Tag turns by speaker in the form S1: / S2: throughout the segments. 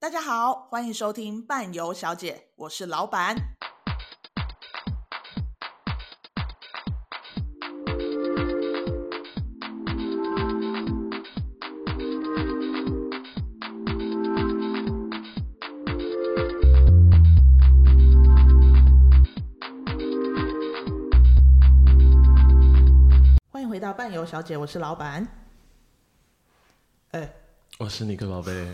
S1: 大家好，欢迎收听伴游小姐，我是老板。欢迎回到伴游小姐，我是老板。哎、
S2: 我是尼克宝贝。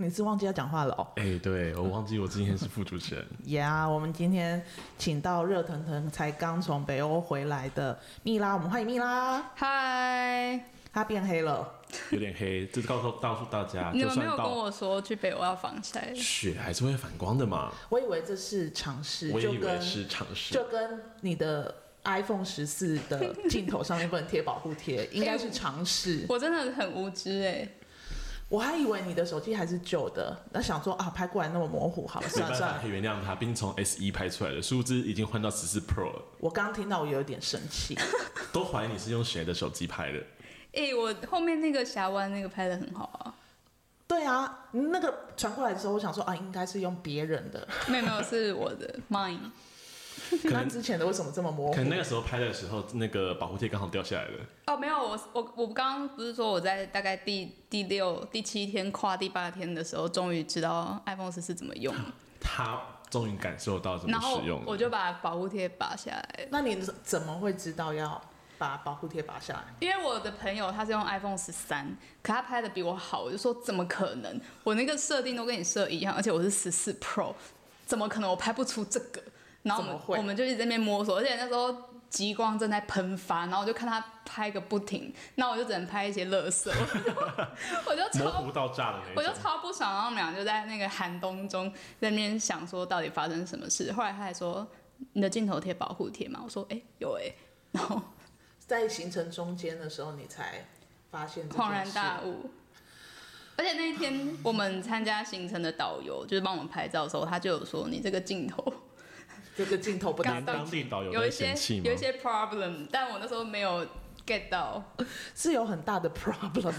S1: 你是忘记要讲话了哦？
S2: 哎、对我忘记我今天是副主持人。
S1: 呀我们今天请到热腾腾才刚从北欧回来的蜜拉，我们欢迎蜜拉。
S3: 嗨，
S1: 她变黑了，
S2: 有点黑，这告诉告诉大家，
S3: 你
S2: 啊就
S3: 们没
S2: 算
S3: 有跟
S2: 到
S3: 我说去北欧要防晒，
S2: 雪还是会反光的嘛。
S1: 我以为这是尝试，
S2: 我也
S1: 就
S2: 以为
S1: 跟
S2: 是常识
S1: 就，跟你的 iPhone 十四的镜头上面不能贴保护贴，应该是尝试。
S3: 哎我真的很无知哎、
S1: 我还以为你的手机还是旧的，那想说啊，拍过来那么模糊，好了，
S2: 没
S1: 算了
S2: 办
S1: 算
S2: 法，
S1: 了
S2: 可。以原谅他，毕竟从 S 一拍出来的，殊不知已经换到十四 Pro 了。
S1: 我刚听到，我有点生气。
S2: 都怀疑你是用谁的手机拍 的？
S3: 哎、我后面那个峡湾那个拍的很好啊，
S1: 对啊，那个传过来的时候，我想说啊，应该是用别人的。
S3: 没有没有是我的 mine，
S2: 可
S1: 那
S2: 能
S1: 之前的为什么这么模糊
S2: 可？能那个时候拍的时候，那个保护贴刚好掉下来了。
S3: 哦没有我我我刚刚不是说我在大概第第六第七天跨第八天的时候，终于知道 iPhone 十四怎么用，
S2: 他终于感受到怎么
S3: 然后
S2: 使用了。
S3: 我就把保护贴拔下来，
S1: 那你怎么会知道要把保护贴拔下来？
S3: 因为我的朋友他是用 iPhone 十三，可他拍的比我好，我就说怎么可能？我那个设定都跟你设一样，而且我是十四 Pro，怎么可能我拍不出这个？然后我
S1: 怎
S3: 们
S1: 么会
S3: 我们就一直在那边摸索，而且那时候极光正在喷发，然后我就看他拍个不停，那我就只能拍一些乐色， 我就我就
S2: 模
S3: 超
S2: 糊到炸的那
S3: 我就
S2: 种。
S3: 超不爽，然后我们俩就在那个寒冬中在那边想说到底发生什么事。后来他还说你的镜头贴保护贴吗？我说哎、有哎、然 后
S1: 在行程中间的时候，你才发现这件事
S3: 恍然大悟。而且那一天我们参加行程的导游，就是帮我们拍照的时候，他就有说你这个镜头
S1: 这个镜头不搭
S2: 连当地导游
S3: 有
S2: 在
S3: 一些
S2: 嫌弃吗
S3: 有一？些 problem，但我那时候没有 get 到，
S1: 是有很大的 problem。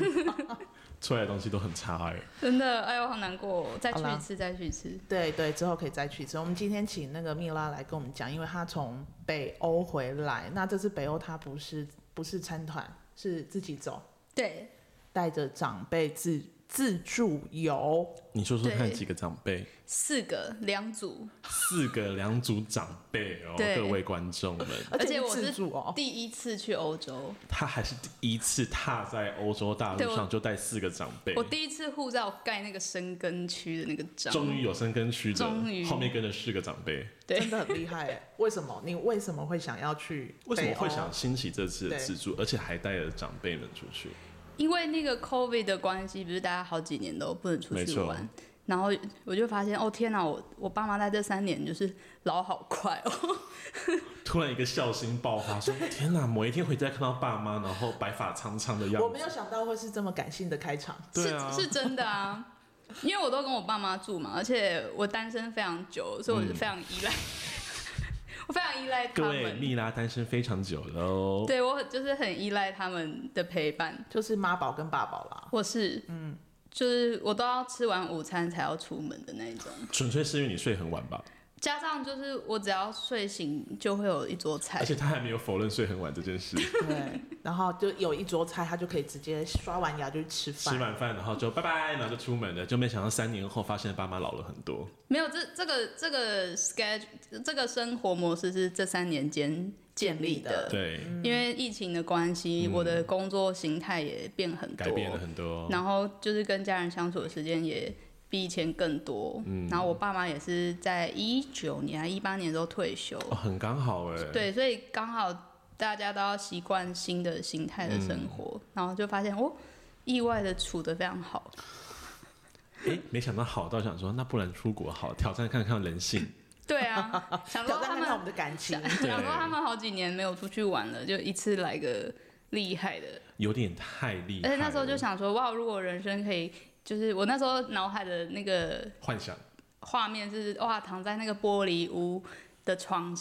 S2: 出来的东西都很差哎、
S3: 真的，哎呦，好难过、哦，再去
S1: 好啦
S3: 一次，再去一次。
S1: 对对，之后可以再去一次。我们今天请那个蜜拉来跟我们讲，因为她从北欧回来，那这次北欧她不是不是参团，是自己走，
S3: 对，
S1: 带着长辈自自助游。
S2: 你说说看，
S3: 对
S2: 几个长辈？
S3: 四个两组，
S2: 四个良族长辈哦，
S3: 对
S2: 各位观众们，
S3: 而且
S1: 你
S3: 我是
S1: 自助哦，
S3: 第一次去欧洲，
S2: 他还是第一次踏在欧洲大
S3: 对
S2: 陆
S3: 我
S2: 上就带四个长辈
S3: 我，第一次护照盖那个深根区的那个章，
S2: 终于有生根须的
S3: 终，于
S2: 后面跟着四个长辈，
S3: 对
S1: 真的很厉害耶。为什么？你为什么会想要去北欧？
S2: 为什么
S3: 哦
S2: 会想兴起这次
S1: 对
S2: 的自助，而且还带着长辈们出去？
S3: 因为那个 COVID 的关系，不是大家好几年都不能出
S2: 没
S3: 去
S2: 错
S3: 玩，然后我就发现，哦天哪，我我爸妈在这三年就是老好快哦，
S2: 突然一个孝心爆发， 说：“天哪，某一天回家看到爸妈，然后白发苍苍的样
S1: 我没
S2: 子。
S1: 有想到会是这么感性的开场。
S2: 对啊
S3: 是是真的啊，因为我都跟我爸妈住嘛，而且我单身非常久，所以我就非常依赖，
S2: 嗯
S3: 我非常依赖”他
S2: 各位，
S3: 们，
S2: 蜜拉单身非常久了哦。
S3: 对我很就是很依赖他们的陪伴，
S1: 就是妈宝跟爸宝啦。
S3: 我是嗯。就是我都要吃完午餐才要出门的那一种，
S2: 纯粹是因为你睡很晚吧，
S3: 加上就是我只要睡醒就会有一桌菜
S2: 而，且他还没有否认睡很晚这件事。
S1: 对，然后就有一桌菜，他就可以直接刷完牙就去吃
S2: 吃
S1: 饭。
S2: 完饭，然后就拜拜，然后就出门了，就没想到三年后发现爸妈老了很多。
S3: 没有，这这个这个 schedule 这个生活模式是这三年间建立的，
S2: 对，
S3: 因为疫情的关系，我的工作形态也变很多，
S2: 嗯改变了很多。
S3: 然后就是跟家人相处的时间也比以前更多。
S2: 嗯
S3: 然后我爸妈也是在一九年还一八年的时候退休，
S2: 哦，很刚好哎。
S3: 对，所以刚好大家都要习惯新的形态的生活，
S2: 嗯
S3: 然后就发现哦，意外的处得非常好。
S2: 哎，没想到好到想说，那不然出国好，挑战看看人 性。
S3: 对啊，想
S1: 挑
S3: 到
S1: 战
S3: 他
S1: 看看我们
S3: 们
S1: 的感情，
S2: 对
S3: 想说他们好几年没有出去玩了，就一次来个厉害的。
S2: 有点太厉
S3: 而
S2: 害了。
S3: 且那时候就想说，哇，如果人生可以，就是我那时候脑海的那个
S2: 幻想，
S3: 画面是，哇，躺在那个玻璃屋的床，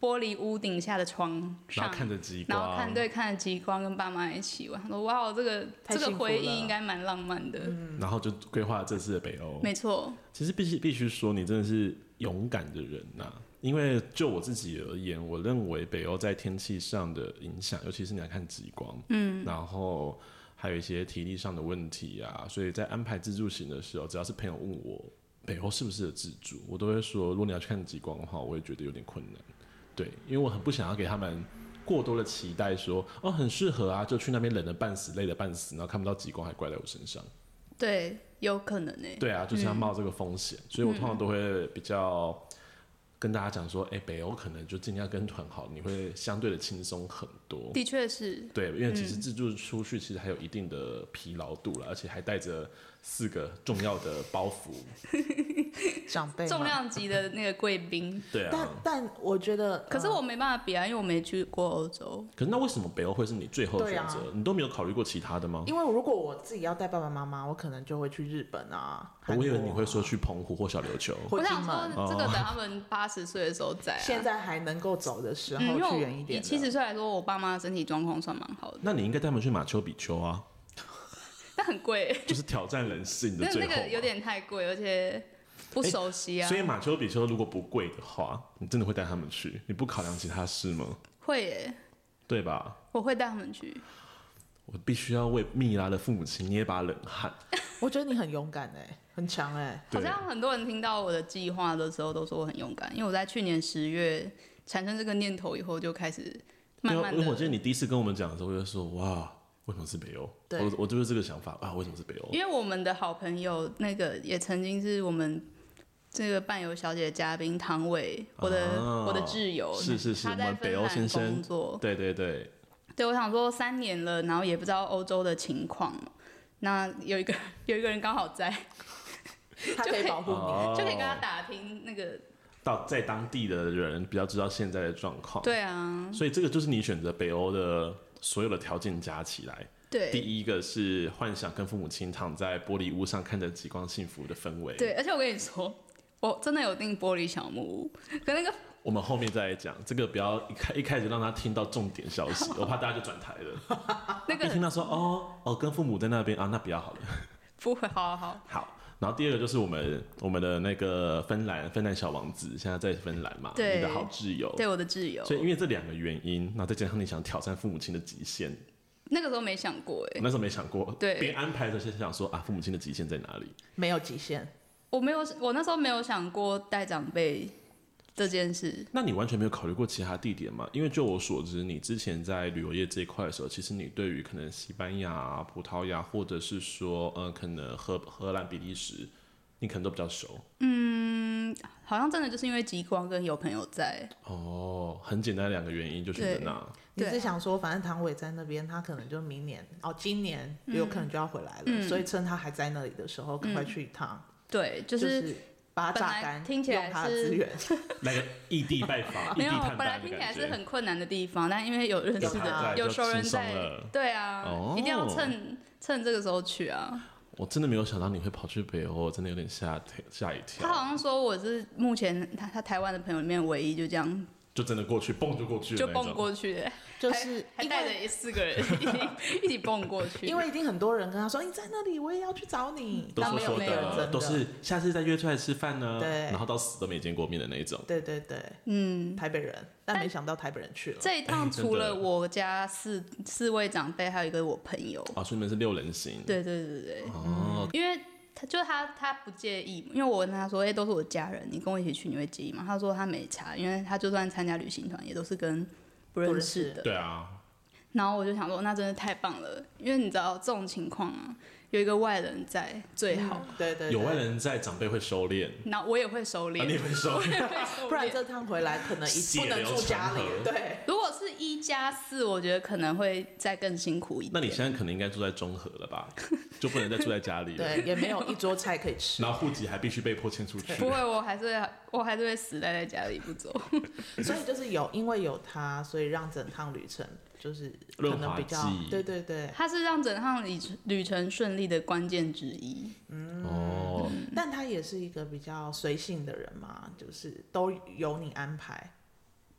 S3: 玻璃屋顶下的床
S2: 然
S3: 上
S2: 后，看着极
S3: 然
S2: 光，
S3: 后看对看着极光，跟爸妈一起玩。我想说哇，这个
S1: 太
S3: 这个
S1: 幸福
S3: 回忆
S1: 了嗯
S3: 应该蛮浪漫的。
S2: 然后就规划这次的北欧。
S3: 没错，
S2: 其实必须必须说，你真的是勇敢的人呐、因为就我自己而言，我认为北欧在天气上的影响，尤其是你来看极光，嗯，然后还有一些体力上的问题啊，所以在安排自助行的时候，只要是朋友问我北欧适不适合自助，我都会说，如果你要去看极光的话，我会觉得有点困难。对，因为我很不想要给他们过多的期待说，哦，很适合啊，就去那边冷的半死，累的半死，然后看不到极光还怪在我身上。
S3: 对，有可能欸诶、
S2: 对啊，就是要冒这个风险，所以我通常都会比较跟大家讲说，哎、北欧可能就尽量跟团好，你会相对的轻松很多。
S3: 的确是。
S2: 对，因为其实自助出去其实还有一定的疲劳度了，而且还带着四个重要的包袱。
S1: 长辈嘛
S3: 重。量级的那个贵宾，
S2: 对
S1: 但
S2: 啊，
S1: 但我觉得，
S3: 可是
S1: 呃
S3: 我没办法比啊，因为我没去过欧洲。
S2: 可是那为什么北欧会是你最后的
S1: 对
S2: 选
S1: 啊
S2: 择？你都没有考虑过其他的吗？
S1: 因为如果我自己要带爸爸妈妈，我可能就会去日本啊。
S2: 哦我
S1: 韩国
S2: 以为
S1: 啊
S2: 你会说，去澎湖或小琉球。
S1: 或
S3: 我
S1: 金
S3: 想说
S1: 门，，
S3: 这
S2: 哦
S3: 个等他们八十岁的时候再、啊。
S1: 现在还能够走的时
S3: 嗯，
S1: 候
S3: 因为
S1: 去
S3: 我
S1: 远一点
S3: 以七
S1: 的。
S3: 十岁来说，我爸妈身体状况算蛮好的，
S2: 那你应该带他们去马丘比丘啊，
S3: 但很贵、
S2: 就是挑战人性的
S3: 那
S2: 最
S3: 那
S2: 后嘛。啊
S3: 个有点太贵，而且不熟悉啊。
S2: 所以马丘比丘如果不贵的话，你真的会带他们去？你不考量其他事吗？
S3: 会耶，
S2: 对吧？
S3: 我会带他们去。
S2: 我必须要为蜜拉的父母亲捏把冷汗。
S1: 我觉得你很勇敢哎、很强哎、
S3: 好
S2: 对，
S3: 像很多人听到我的计划的时候都说我很勇敢，因为我在去年十月产生这个念头以后，就开始慢
S2: 因为
S3: 慢
S2: 因为我记
S3: 的。
S2: 得你第一次跟我们讲的时候，我就说哇，为什么是北欧？
S1: 对
S2: 我我就是这个想法啊，为什么是北欧？
S3: 因为我们的好朋友那个也曾经是我们这个伴游小姐的嘉宾唐伟，我的、
S2: 啊
S3: 我的挚友，
S2: 是是是
S3: 他
S2: 我
S3: 在
S2: 们北
S3: 芬
S2: 欧先
S3: 兰
S2: 生
S3: 工作，
S2: 对对对，
S3: 对，我想说三年了，然后也不知道欧洲的情况嘛。那有一个 有一个人刚好在，
S1: 他可以保护你。
S2: 哦
S3: 就可以跟他打听那个。
S2: 到在当地的人比较知道现在的状况。，
S3: 对啊，
S2: 所以这个就是你选择北欧的所有的条件加起来。第
S3: 对
S2: 一个是幻想跟父母亲躺在玻璃屋上看着极光幸福的氛围。
S3: 对，而且我跟你说，我真的有订玻璃小木屋， 可那个
S2: 我们后面再来讲这个，不要一开一开始让他听到重点消 息，我怕大家就转台了。
S3: 那
S2: 一听
S3: 个
S2: 到说哦哦，跟父母在那边啊，那不要好了。
S3: 不会，好好好，
S2: 好，然后第二个就是我们我们的那个芬兰芬兰小王子，现在在芬兰嘛，
S3: 对
S2: 你的好挚友。
S3: 对我的挚友，
S2: 所以因为这两个原因，那再加上你想挑战父母亲的极限，
S3: 那个时候没想过哎、
S2: 我那时候没想过，
S3: 对
S2: 边安排的时候想说啊，父母亲的极限在哪里？
S1: 没有极限，
S3: 我没有，我那时候没有想过带长辈这件事，
S2: 那你完全没有考虑过其他地点吗？因为就我所知，你之前在旅游业这一块的时候，其实你对于可能西班牙啊、葡萄牙，或者是说，嗯、可能荷荷兰、比利时，你可能都比较熟。
S3: 好像真的就是因为极光跟有朋友在，
S2: 哦，很简单，两个原因就选择那。
S1: 你
S3: 对啊
S1: 是想说，反正唐伟在那边，他可能就明年哦，今年
S3: 嗯
S1: 有可能就要回来了，所以趁他还在那里的时候，赶快去一趟，
S3: 对，嗯就
S1: 就是把他
S3: 本
S1: 榨
S3: 来
S1: 干，
S3: 听起来
S1: 用他的
S3: 是
S1: 资源。
S2: 那个异地拜访、异
S3: 没
S2: 地
S3: 有，
S2: 探
S3: 本来
S2: 班的
S3: 听起来
S2: 感
S3: 是
S2: 觉。
S3: 很困难的地方，但因为有认
S1: 有
S3: 识
S1: 他
S3: 的，
S1: 在
S3: 有
S2: 就
S3: 熟人
S2: 轻松
S3: 在
S2: 了，
S3: 对啊，
S2: 哦
S3: 一定要趁趁这个时候去啊。
S2: 我真的没有想到你会跑去北欧，真的有点吓吓一
S3: 他好
S2: 跳。
S3: 像说我是目前他他台湾的朋友里面唯一就这样
S2: 就真的过去蹦就过去
S3: 就
S2: 了那
S3: 蹦
S2: 种。
S3: 过去的，
S1: 就是
S3: 还还
S1: 因
S3: 带
S1: 为
S3: 着四个人 一起一起蹦过去，
S1: 因为一定很多人跟他说你在那里，我也要去找你，
S2: 嗯都
S1: 但
S2: 说
S1: 没有
S2: 说
S1: 没有人真的，
S2: 都是下次再约出来吃饭呢，
S1: 对
S2: 然后到死都没见过面的那一种。
S1: 对对对，
S3: 嗯。
S1: 台北人，但没想到台北人去了。
S3: 这一趟
S2: 哎真的
S3: 除了我家四四位长辈，还有一个我朋友。
S2: 啊，所以你们是六人行。
S3: 对对对对，
S2: 哦，
S3: 因为他就他他不介意，因为我问他说，哎、都是我家人，你跟我一起去，你会介意吗？他说他没差，因为他就算参加旅行团，也都是跟不认识的。
S2: 对啊，
S3: 然后我就想说，那真的太棒了，因为你知道这种情况啊，有一个外人在最好。
S1: 嗯对对，对
S2: 有外，人在，长辈会收敛，
S3: 那我也会收
S2: 啊，
S3: 敛，
S2: 你也会收敛。
S1: 不然这趟回来可能一
S2: 血
S1: 不能
S2: 流
S1: 住家里
S2: 成河，
S1: 对，
S3: 如果是一加四，我觉得可能会再更辛苦一点。
S2: 那你现在可能应该住在中和了 吧？就不能再住在家里了。
S1: 对，也 没有一桌菜可以吃，
S2: 然后户籍还必须被迫迁出去。
S3: 不会，我还是会我还是会死待在家里 不走。
S1: 所以就是有因为有他，所以让整趟旅程就是可
S2: 润
S1: 能
S2: 滑
S1: 比较
S2: 剂，
S1: 对对对。
S3: 它是让整趟旅程旅程顺利的关键之一。
S2: 哦，
S1: 但他也是一个比较随性的人嘛，就是都由你安排，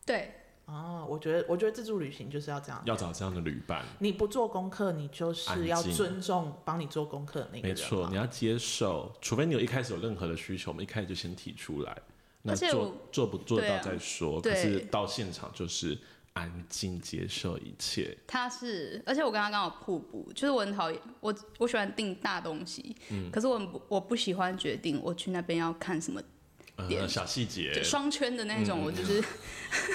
S3: 对，
S1: 哦，我觉得，我觉得自助旅行就是要这样，
S2: 要找这样的旅伴，
S1: 你不做功课，你就是要
S2: 安静
S1: 尊重帮你做功课的那个
S2: 没
S1: 人
S2: 错，
S1: 嘛
S2: 你要接受，除非你有一开始有任何的需求，我们一开始就先提出来，那
S3: 而且
S2: 做
S3: 我
S2: 做不做
S3: 对
S2: 到
S3: 啊
S2: 再说。
S3: 对
S2: 可是到现场就是安静接受一切，
S3: 他是，而且我跟他刚好互补，就是我很讨厌我，我喜欢订大东西，
S2: 嗯
S3: 可是我很不我不喜欢决定我去那边要看什么
S2: 呃，
S3: 点
S2: 小细节
S3: 就。双圈的那种，我就是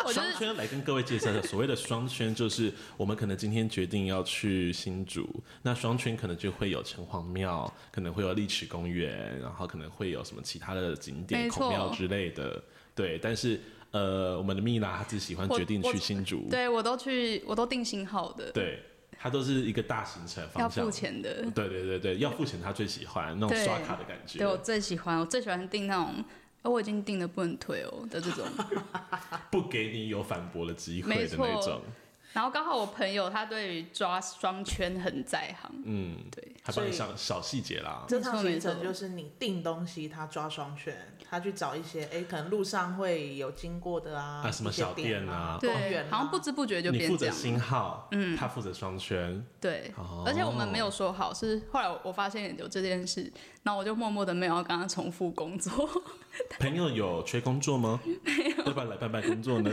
S3: 我就
S2: 双
S3: 是
S2: 嗯圈来跟各位介绍一下，所谓的双圈就是我们可能今天决定要去新竹，那双圈可能就会有城隍庙，可能会有历史公园，然后可能会有什么其他的景点、
S3: 没
S2: 孔
S3: 错
S2: 庙之类的。对，但是呃，我们的蜜拉她只喜欢
S3: 我
S2: 决定
S3: 我
S2: 去新竹，
S3: 对我都去，我都定型好的，
S2: 对，它都是一个大行程
S3: 要
S2: 方向。
S3: 付钱的。
S2: 对对对对，要付钱他最喜欢那种
S3: 对
S2: 刷卡的感觉
S3: 对。我最喜欢，我最喜欢订那种，哦、我已经订了不能退哦的这种。
S2: 不给你有反驳的机会
S3: 没
S2: 的
S3: 错
S2: 那种，
S3: 然后刚好我朋友他对于抓双圈很在行，
S2: 嗯，
S3: 对，
S2: 还帮
S1: 所
S2: 你
S1: 以
S2: 想小细节啦。
S1: 这趟
S3: 没
S1: 行
S3: 错
S1: 程
S3: 没错
S1: 就是你订东西，他抓双拳，他去找一些哎，诶可能路上会有经过的啊，
S2: 啊什么
S1: 一些
S2: 小店啊
S1: 公园
S3: 对，
S1: 啊
S3: 好像不知不觉就啊
S2: 你负
S3: 变这
S2: 责
S3: 样。
S2: 星号，嗯，他负责双圈，
S3: 对，
S2: 哦
S3: 而且我们没有说好，是后来我发现有这件事，然后我就默默的没有要跟他重复 工作。
S2: 朋友有缺工作 吗？要不然来办办工作呢？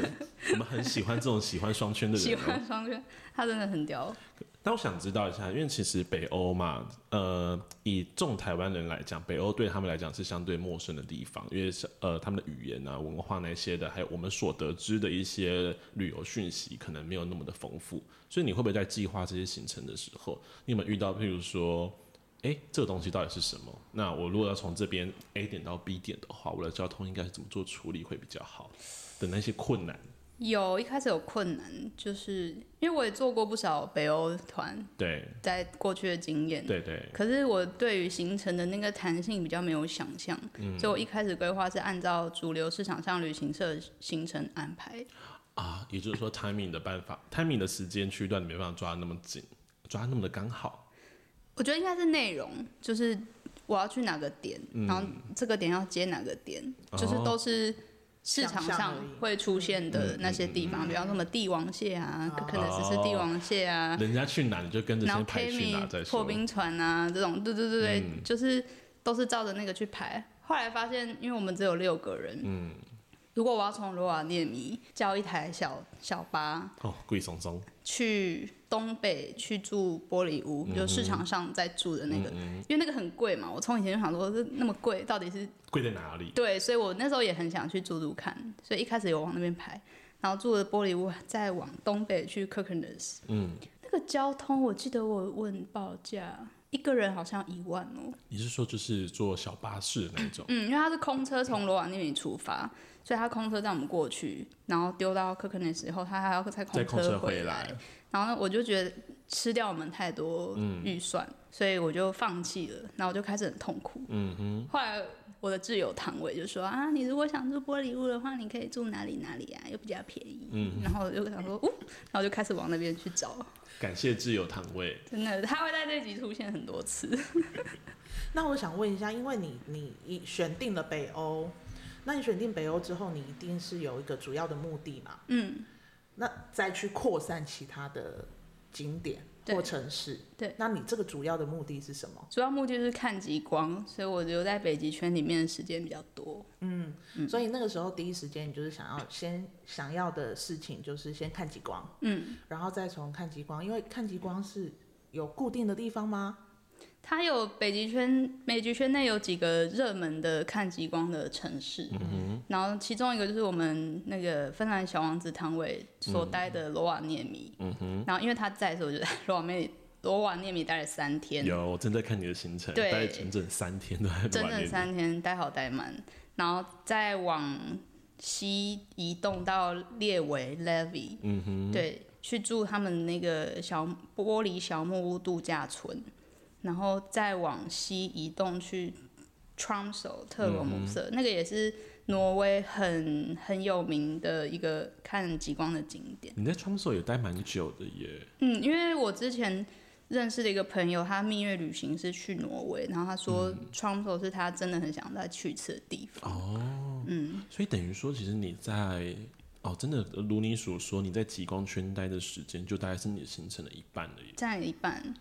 S2: 我们很喜欢这种喜欢双圈的
S3: 喜
S2: 人哦。
S3: 欢双圈，他真的很屌。
S2: 那我想知道一下，因为其实北欧嘛，呃，以众台湾人来讲，北欧对他们来讲是相对陌生的地方，因为是呃他们的语言啊、文化那些的，还有我们所得知的一些旅游讯息，可能没有那么的丰富。所以你会不会在计划这些行程的时候，你有没有遇到，譬如说，哎、这个东西到底是什么？那我如果要从这边 A 点到 B 点的话，我的交通应该怎么做处理会比较好？的那些困难，
S3: 有一开始有困难，就是因为我也做过不少北欧团，
S2: 对
S3: 在过去的经验，
S2: 对对，
S3: 可是我对于行程的那个弹性比较没有想象，
S2: 嗯
S3: 所以我一开始规划是按照主流市场上旅行社的行程安排。
S2: 啊，也就是说 timing 的办法，timing 的时间区段你没办法抓那么紧，抓那么的刚好。
S3: 我觉得应该是内容，就是我要去哪个点，
S2: 嗯
S3: 然后这个点要接哪个点，
S2: 哦
S3: 就是都是市场
S1: 想象
S3: 上
S1: 而已
S3: 会出现的那些
S2: 嗯
S3: 地方，比方说什么帝王蟹啊，可可能只是帝王蟹啊，
S2: 人家去哪哦你就跟着
S3: 然后
S2: 先排去
S3: Kimi
S2: 哪再
S3: 破
S2: 说。嗯
S3: 冰船啊这种，对对对对，就是都是照着那个去排。后来发现，因为我们只有六个人，嗯，如果我要从罗瓦涅米叫一台小小巴
S2: 哦，贵松松，
S3: 去东北去住玻璃屋，就市场上在住的那个，因为那个很贵嘛，我从以前就想说，这那么贵到底是
S2: 贵在哪里？
S3: 对，所以我那时候也很想去住住看，所以一开始有往那边排，然后住的玻璃屋，再往东北去 c o c o n u s
S2: 嗯，
S3: 那个交通，我记得我有问报价，一个人好像一万哦、
S2: 你是说就是坐小巴士的那种？
S3: 嗯，因为他是空车从罗瓦那里出发，所以他空车带我们过去，然后丢到 c o c o n u s 以后，他还要再
S2: 再
S3: 空
S2: 空车
S3: 回
S2: 来，
S3: 然后呢，我就觉得吃掉我们太多预算，所以我就放弃了。然后我就开始很痛苦。嗯哼。后来我的挚友唐伟就说：“啊，你如果想住玻璃屋的话，你可以住哪里哪里啊，又比较便宜。”嗯。然后我就想说，哦，然后我就开始往那边去找。
S2: 感谢挚友堂位。
S3: 真的，他会在这集出现很多次。
S1: 那我想问一下，因为你你你选定了北欧，那你选定北欧之后，你一定是有一个主要的目的嘛？
S3: 嗯，
S1: 那再去扩散其他的景点
S3: 对
S1: 或城市。
S3: 对
S1: 那你这个主要的目的是什么？
S3: 主要目的就是看极光，所以我留在北极圈里面的时间比较多。嗯
S1: 所以那个时候第一时间，你就是想要先想要的事情就是先看极光，
S3: 嗯，
S1: 然后再从看极光，因为看极光是有固定的地方吗？
S3: 它有北极圈，北极圈内有几个热门的看极光的城市，然后其中一个就是我们那个芬兰小王子汤唯所待的罗瓦涅米，然后因为他在，所以我就在罗瓦涅罗瓦涅米待了三天，
S2: 有，我正在看你的行程，
S3: 对
S2: 大概整整三天都在
S3: 整
S2: 玩
S3: 整
S2: 你。
S3: 三天待好待满，然后再往西移动到列维 （Levy），、
S2: 嗯哼，
S3: 对，去住他们那个小玻璃小木屋度假村，然后再往西移动去 Tromsø 特罗姆
S2: 嗯
S3: 瑟，那个也是挪威很很有名的一个看极光的景点。
S2: 你在双手也待蛮久的耶。
S3: 嗯，因为我之前认识的一个朋友，他蜜月旅行是去挪威，然后他说 Tromsø 是他真的很想再去一次的地方。
S2: 所以等于说，其实你在哦，真的如你所说，你在极光圈待的时间就大概是你行程的一半而已。
S3: 占了一半。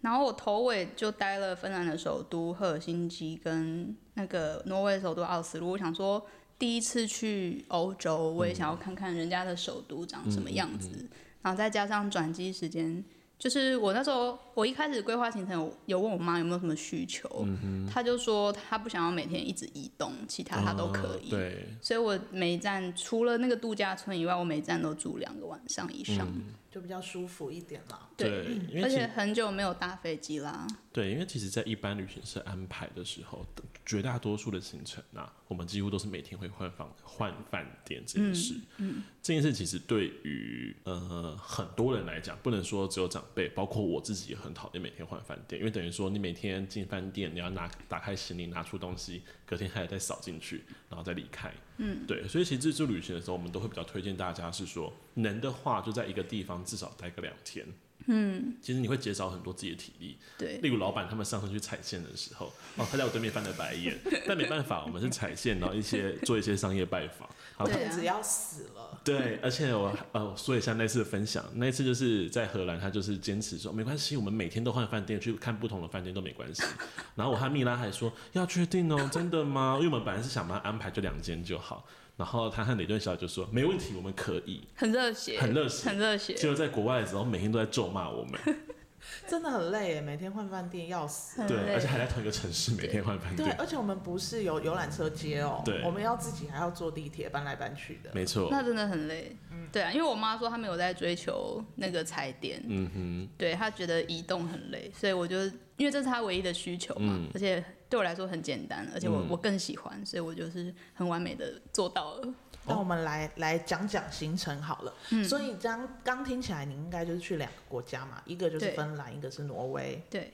S3: 然后我头尾就待了芬兰的首都赫尔辛基跟那个挪威的首都奥斯陆。我想说，第一次去欧洲，我也想要看看人家的首都长什么样
S2: 嗯
S3: 子。然后再加上转机时间，就是我那时候我一开始规划行程有，有问我妈有没有什么需求，
S2: 嗯
S3: 她就说她不想要每天一直移动，其他她都可以。
S2: 哦对，
S3: 所以我每一站除了那个度假村以外，我每一站都住两个晚上以上。
S1: 就比较舒服一点啦。
S3: 对，
S2: 对，嗯因为
S3: 而
S2: 其
S3: 且
S2: 实
S3: 很久没有搭飞机啦。
S2: 对，因为其实，在一般旅行社安排的时候，绝大多数的行程啊，我们几乎都是每天会换房、换饭店这件事。嗯，这件事其实对于呃很多人来讲，不能说只有长辈，包括我自己也很讨厌每天换饭店，因为等于说你每天进饭店，你要拿打开行李拿出东西，隔天还得再扫进去，然后再离开。嗯，对，所以其实自助旅行的时候，我们都会比较推荐大家是说，能的话就在一个地方至少待个两天。嗯，其实你会减少很多自己的体力，
S3: 对，
S2: 例如老板他们上次去踩线的时候，哦，他在我对面翻了白眼，但没办法，我们是踩线，然后一些做一些商业拜访。好
S1: 我
S3: 对啊
S1: 只要死了，
S2: 对，而且我呃我说一下那次的分享，那一次就是在荷兰，他就是坚持说没关系，我们每天都换饭店去看不同的饭店都没关系。然后我和蜜拉还说要确定哦，真的吗？因为我们本来是想把它安排就两间就好。然后他和雷顿小姐就说没问题，我们可以。
S3: 很热血，
S2: 很热血
S3: 很热血，
S2: 结果在国外的时候，每天都在咒骂我们，
S1: 真的很累耶，每天换饭店要死。
S3: 很
S2: 对，
S3: 累
S2: 而且还在同一个城市，每天换饭
S1: 对，
S2: 店，
S1: 而且我们不是有游览车接哦
S2: 对，
S1: 我们要自己还要坐地铁搬来搬去的。
S2: 没错。
S3: 那真的很累。对啊，因为我妈说她没有在追求那个踩点，
S2: 嗯哼，
S3: 对她觉得移动很累，所以我就因为这是她唯一的需求
S2: 嗯
S3: 嘛，而且对我来说很简单，而且我、我更喜欢，所以我就是很完美的做到了。
S1: 那我们来来讲讲行程好了。所以刚刚听起来，你应该就是去两个国家嘛，一个就是
S3: 对
S1: 芬兰，一个是挪威。嗯
S3: 对，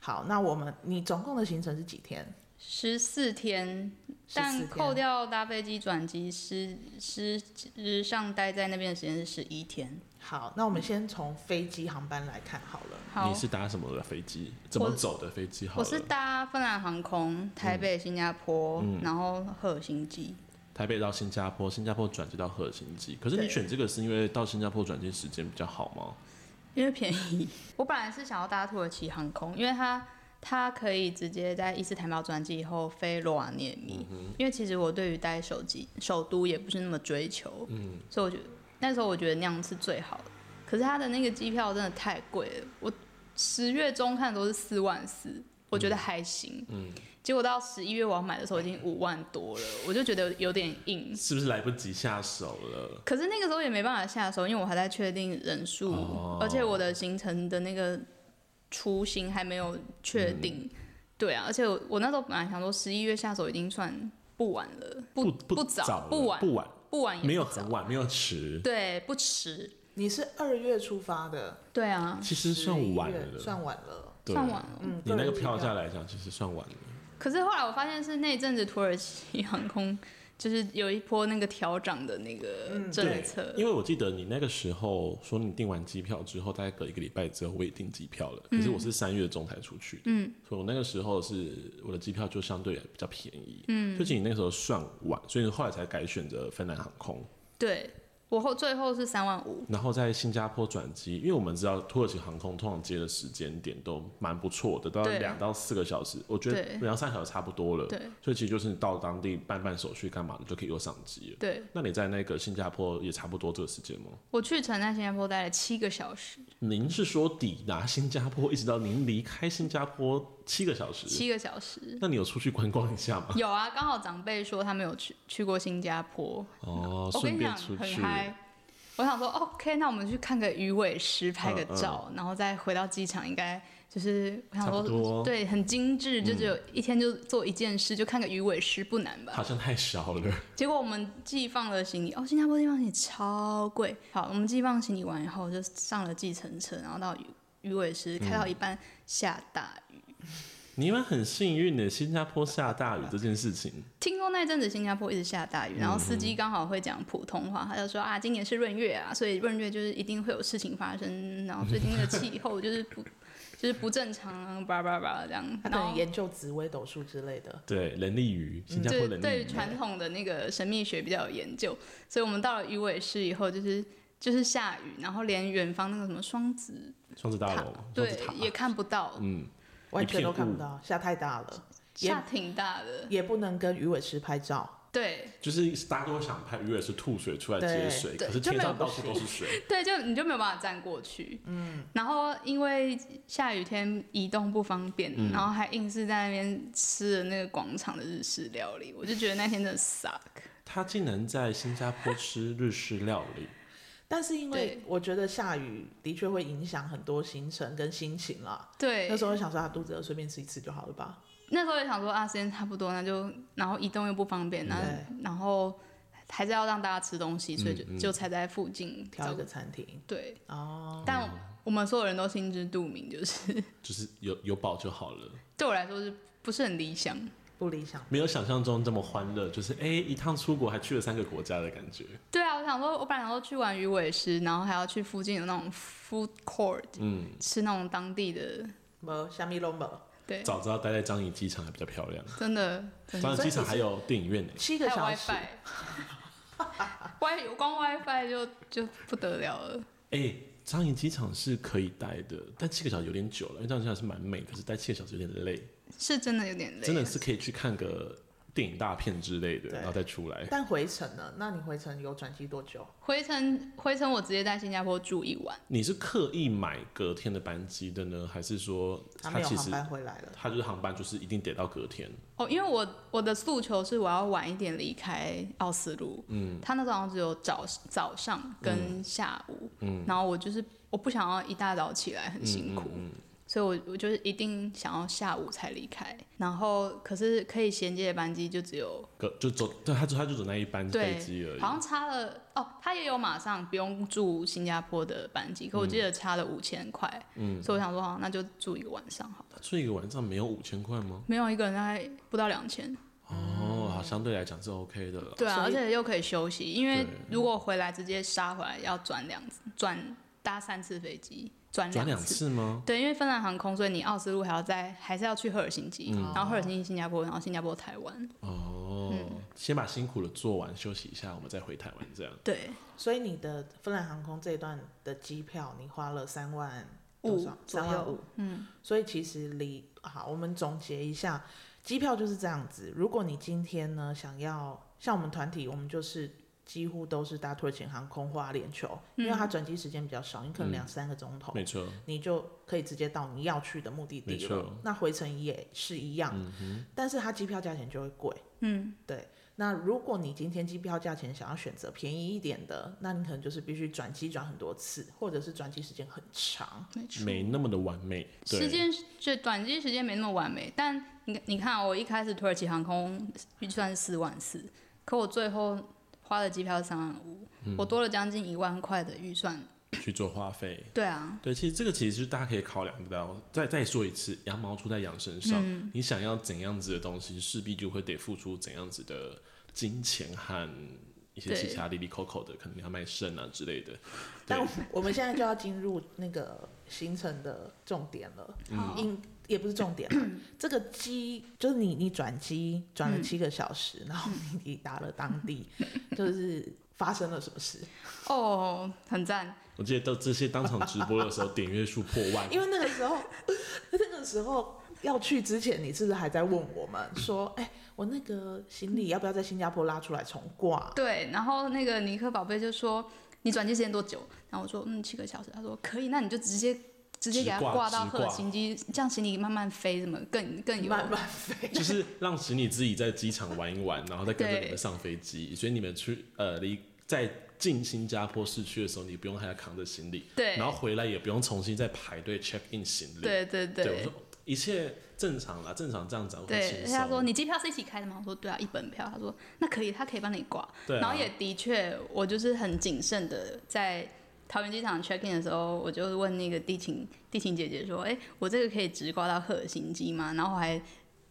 S1: 好，那我们你总共的行程是几天？
S3: 十四天，但
S1: 14
S3: 扣
S1: 天
S3: 掉搭飞机转机，实实实上待在那边的时间是十一天。
S1: 好，那我们先从飞机航班来看好了。
S3: 好
S2: 你，是搭什么的飞机？怎么走的飞机？好
S3: 我
S2: 了，
S3: 是搭芬兰航空，
S2: 嗯
S3: 台北、新加坡，然后赫尔辛基。
S2: 台北到新加坡，新加坡转机到赫尔辛基。可是你
S3: 对
S2: 选这个是因为到新加坡转机时间比较好吗？
S3: 因为便宜。 我本来是想要搭土耳其航空，因为它它可以直接在伊斯坦堡转机以后飞罗瓦涅米。因为其实我对于待手机首都也不是那么追求，嗯，所以我觉得那时候我觉得那样是最好的。可是它的那个机票真的太贵了，我十月中看的都是四万四，我觉得还行，嗯。结果到十一月我要买的时候已经五万多了，我就觉得有点硬，
S2: 是不是来不及下手了？
S3: 可是那个时候也没办法下手，因为我还在确定人数，
S2: 哦
S3: 而且我的行程的那个雏形还没有确定。
S2: 嗯
S3: 对啊，而且我我那时候本来想说十一月下手已经算不晚了，不
S2: 不
S3: 不
S2: 早了，
S3: 不晚
S2: 不晚，
S3: 不晚也
S2: 没有
S3: 不早
S2: 很晚，没有迟，
S3: 对，不迟。
S1: 你是二月出发的，
S3: 对啊，
S2: 其实算晚
S1: 11月
S2: 了，
S1: 算晚了。
S2: 对
S3: 嗯算晚了
S1: 嗯，
S2: 你那个
S1: 人机
S2: 票价来讲，其实算晚了。
S3: 可是后来我发现是那阵子土耳其航空 就是有一波那个调涨的那个政
S2: 对
S3: 策，，
S2: 因为我记得你那个时候说你订完机票之后，大概隔一个礼拜之后我也订机票了，可是我是三月中才出去，嗯，所以我那个时候是我的机票就相对啊比较便宜，嗯，就仅你那个时候算晚，所以后来才改选择芬兰航空，
S3: 对我后最后是三万五，
S2: 然后在新加坡转机，因为我们知道土耳其航空通常接的时间点都蛮不错的，到
S3: 对
S2: 两到四个小时，我觉得
S3: 对
S2: 两到三小时差不多了，
S3: 对
S2: 所以其实就是你到当地办办手续干嘛的就可以又上机了。
S3: 对
S2: 那你在那个新加坡也差不多这个时间吗？
S3: 我去城在新加坡待了七个小时，
S2: 您是说抵达新加坡，一直到您离开新加坡七个小时？
S3: 七个小时。
S2: 那你有出去观光一下 吗？
S3: 有啊，刚好长辈说他们有去去过新加坡，
S2: 哦，
S3: 我跟
S2: 顺
S3: 你
S2: 便
S3: 讲
S2: 出
S3: 很
S2: 去。
S3: 嗨。我想说哦，OK，那我们去看个鱼尾狮，拍个
S2: 嗯嗯
S3: 照，然后再回到机场，应该就是我想
S2: 差不多
S3: 说，对，很精致，就只有一天就做一件事，就看个鱼尾狮不难吧
S2: 好？像太少了，
S3: 结果我们寄放了行李，哦，新加坡寄放行李超贵。好，我们寄放行李完以后，就上了计程车，然后到鱼鱼尾狮，开
S2: 嗯
S3: 到一半、下大雨。
S2: 你们很幸运的，新加坡下大雨这件事情，
S3: 听说那阵子新加坡一直下大雨，然后司机刚好会讲普通话，他就说啊，今年 是闰月啊，所以闰月就是一定会有事情发生，然后最近的气候就是不就是不正常啊，叭叭叭这样。
S1: 他可
S3: 然
S1: 能
S3: 后
S1: 研究紫微斗数之类的，
S2: 对，人力鱼，新加坡
S3: 对
S2: 人力
S3: 对
S2: 鱼，
S3: 传统的那个神秘学比较有研究，所以我们到了鱼尾市以后，就是就是下雨，然后连远方那个什么双子
S2: 双子大
S3: 塔
S2: 楼，，双
S3: 对
S2: 子塔，
S3: 也看不到，
S2: 嗯，
S1: 完全
S2: 一片
S1: 都看
S2: 雾
S1: 不到，下太大了，也
S3: 下挺大的，
S1: 也不能跟鱼尾狮拍照。
S3: 对
S2: 就是大家都想拍鱼尾是吐水出来接
S1: 对
S2: 水，
S3: 对
S2: 可是
S1: 就
S2: 天
S1: 没有
S2: 上到处都是 水，
S3: 对，就你就没有办法站过去，嗯，然后因为下雨天移动不方便，然后还硬是在那边吃了那个广场的日式料理，我就觉得那天真的 suck，
S2: 他竟然在新加坡吃日式料理，
S1: 但是因为
S3: 对
S1: 我觉得下雨的确会影响很多行程跟心情啦。
S3: 对，
S1: 那时候想说啊，肚子饿，随便吃一吃就好了吧。
S3: 那时候也想说啊，时间差不多，那就然后移动又不方便，那然后还是要让大家吃东西，所以就、就才在附近
S1: 挑
S3: 找
S1: 一个餐厅
S3: 对，
S1: 哦，
S3: 但我们所有人都心知肚明，就是
S2: 就是有有饱就好了，
S3: 对我来说是不是很理想？
S1: 不理想。
S2: 没有想象中这么欢乐，就是哎、一趟出国还去了三个国家的感觉，
S3: 对啊，我想说，我本来想说去玩鱼尾狮，然后还要去附近有那种 food court
S2: 嗯，
S3: 吃那种当地的，
S1: 没虾米都没，
S3: 对，
S2: 早知道待在樟宜机场还比较漂亮，
S3: 真的真
S2: 樟
S3: 的
S2: 宜机场还有电影院呢、
S1: 七个
S3: 还
S1: 小
S3: 有
S1: 时
S3: WiFi。Wi 光 WiFi 就就不得了了，
S2: 哎、樟宜机场是可以待的，但七个小时有点久了，因为樟宜机场是蛮美，可是待七个小时有点累，
S3: 是真的有点累，啊
S2: 真的是可以去看个电影大片之类的，
S1: 对
S2: 然后再出来。
S1: 但回程呢？那你回程有转机多久？
S3: 回程回程我直接在新加坡住一晚，
S2: 你是刻意买隔天的班机的呢，还是说
S1: 他
S2: 它
S1: 没有
S2: 其
S1: 航
S2: 实
S1: 班回来了。
S2: 它就是航班就是一定得到隔天？
S3: 哦，因为我我的诉求是我要晚一点离开奥斯陆，嗯，他那时候好像只有早早上跟下午，嗯，然后我就是我不想要一大早起来很辛苦，所以我我就是一定想要下午才离开，然后可是可以衔接的班机就只有
S2: 隔就走，对，它就它就走那一班
S3: 对
S2: 飞机而已
S3: 好。像差了哦，他也有马上不用住新加坡的班机，可
S2: 嗯
S3: 我记得差了五千块，嗯，所以我想说好那就住一个晚上好了，
S2: 它睡一个晚上没有五千块吗？
S3: 没有一个人大概不到两千。
S2: 哦，好，相对来讲是 OK 的了。
S3: 对啊，
S1: 所
S3: 而
S1: 以
S3: 且又可以休息，因为
S2: 对
S3: 如果回来直接杀回来，要转两次转搭三次飞机，转
S2: 转两
S3: 两。
S2: 次吗？
S3: 对，因为芬兰航空，所以你奥斯陆还要在，还是要去赫尔辛基，
S2: 嗯
S3: 然后赫尔辛基新加坡，然后新加坡台湾。
S2: 哦，
S3: 嗯
S2: 先把辛苦的做完，休息一下，我们再回台湾这样。
S3: 对，
S1: 所以你的芬兰航空这一段的机票，你花了三万
S3: 五
S1: 多少？
S3: 左
S1: 三
S3: 右
S1: 万五。嗯，所以其实离好，我们总结一下，机票就是这样子。如果你今天呢想要像我们团体，我们就是几乎都是搭土耳其航空或阿联酋，因为它转机时间比较少，你可能两三个钟
S3: 哦
S1: 头。
S2: 嗯没错，
S1: 你就可以直接到你要去的目的
S2: 没
S1: 地
S2: 错嗯
S1: 了。那回程也是一样，但是它机票价钱就会贵。
S3: 嗯，
S1: 对。那如果你今天机票价钱想要选择便宜一点的，那你可能就是必须转机转很多次，或者是转机时间很长。
S3: 没错。
S2: 没那么的完美。
S3: 时
S2: 对，
S3: 间就短期时间没那么完美，但你你看啊，我一开始土耳其航空预算四万四，可我最后花的机票三万五、
S2: 嗯
S3: 我多了将近一万块的预算。
S2: 去做花费。
S3: 对啊，
S2: 对，其实这个其实是大家可以考量的啊。我再再说一次，羊毛出在羊身上，
S3: 嗯
S2: 你想要怎样子的东西，势必就会得付出怎样子的金钱和一些其
S3: 对
S2: 他利利扣扣的，可能你要卖肾啊之类的。
S1: 但
S2: 对
S1: 我，我们现在就要进入那个行程的重点了，
S3: 好
S1: 应、也不是重点 啦这个机就是你你转机转了七个小时，然后你抵达了当 地，就是发生了什么事？
S3: 哦，很赞。
S2: 我记得到这些当场直播的 时候，点阅数破万，
S1: 因为那个时候， 那个时候要去之前，你是不是还在问我们说，哎、我那个行李要不要在新加坡拉出来重挂？
S3: 对，然后那个尼克宝贝就说：“你转机时间多久？”然后我说：“嗯，七个小时。”他说：“可以，那你就直接直接给他
S2: 直挂
S3: 挂到
S2: 直
S3: 赫尔
S2: 挂
S3: 辛基，这样行李慢慢飞，怎么更更有
S1: 慢慢飞，
S2: 就是让使你自己在机场玩一玩，然后再跟着
S3: 对
S2: 你们上飞机。所以你们去呃离在进新加坡市区的时候，你不用还要扛着行李，
S3: 对
S2: 然后回来也不用重新再排队 check in 行李。
S3: 对对
S2: 对，我说哦一切正常啦，正常这样子啊会
S3: 对
S2: 轻，松。
S3: 他说你机票是一起开的吗？我说对啊，一本票。他说那可以，他可以帮你挂。
S2: 对啊
S3: 然后也的确，我就是很谨慎的在桃园机场 check in 的时候，我就问那个地勤地勤姐姐说，哎、我这个可以直挂到赫尔辛基吗？然后我还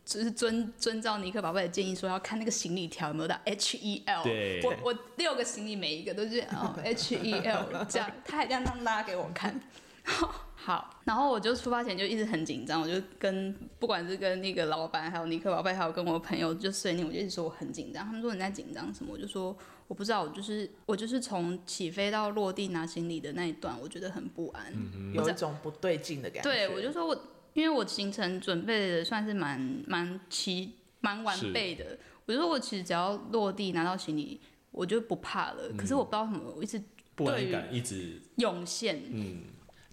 S3: 就是遵遵照尼克宝贝的建议说要看那个行李条有没有到 H E L。
S2: 对
S3: 我我六个行李每一个都是哦 H E L 这样，他还这样这样拉给我看。 好，然后我就出发前就一直很紧张，我就跟不管是跟那个老板，还有尼克老板，还有跟我朋友就碎念，我就一直说我很紧张。他们说你在紧张什么？我就说我不知道，我就是我就是从起飞到落地拿行李的那一段，我觉得很不安。
S1: 有一种不对劲的感觉。
S3: 对，我就说我因为我行程准备的算是蛮蛮齐蛮完
S2: 是
S3: 备的，我就说我其实只要落地拿到行李，我就不怕了。可是我不知道为什么，我一直
S2: 不安
S3: 对于
S2: 感一直
S3: 涌现。
S2: 嗯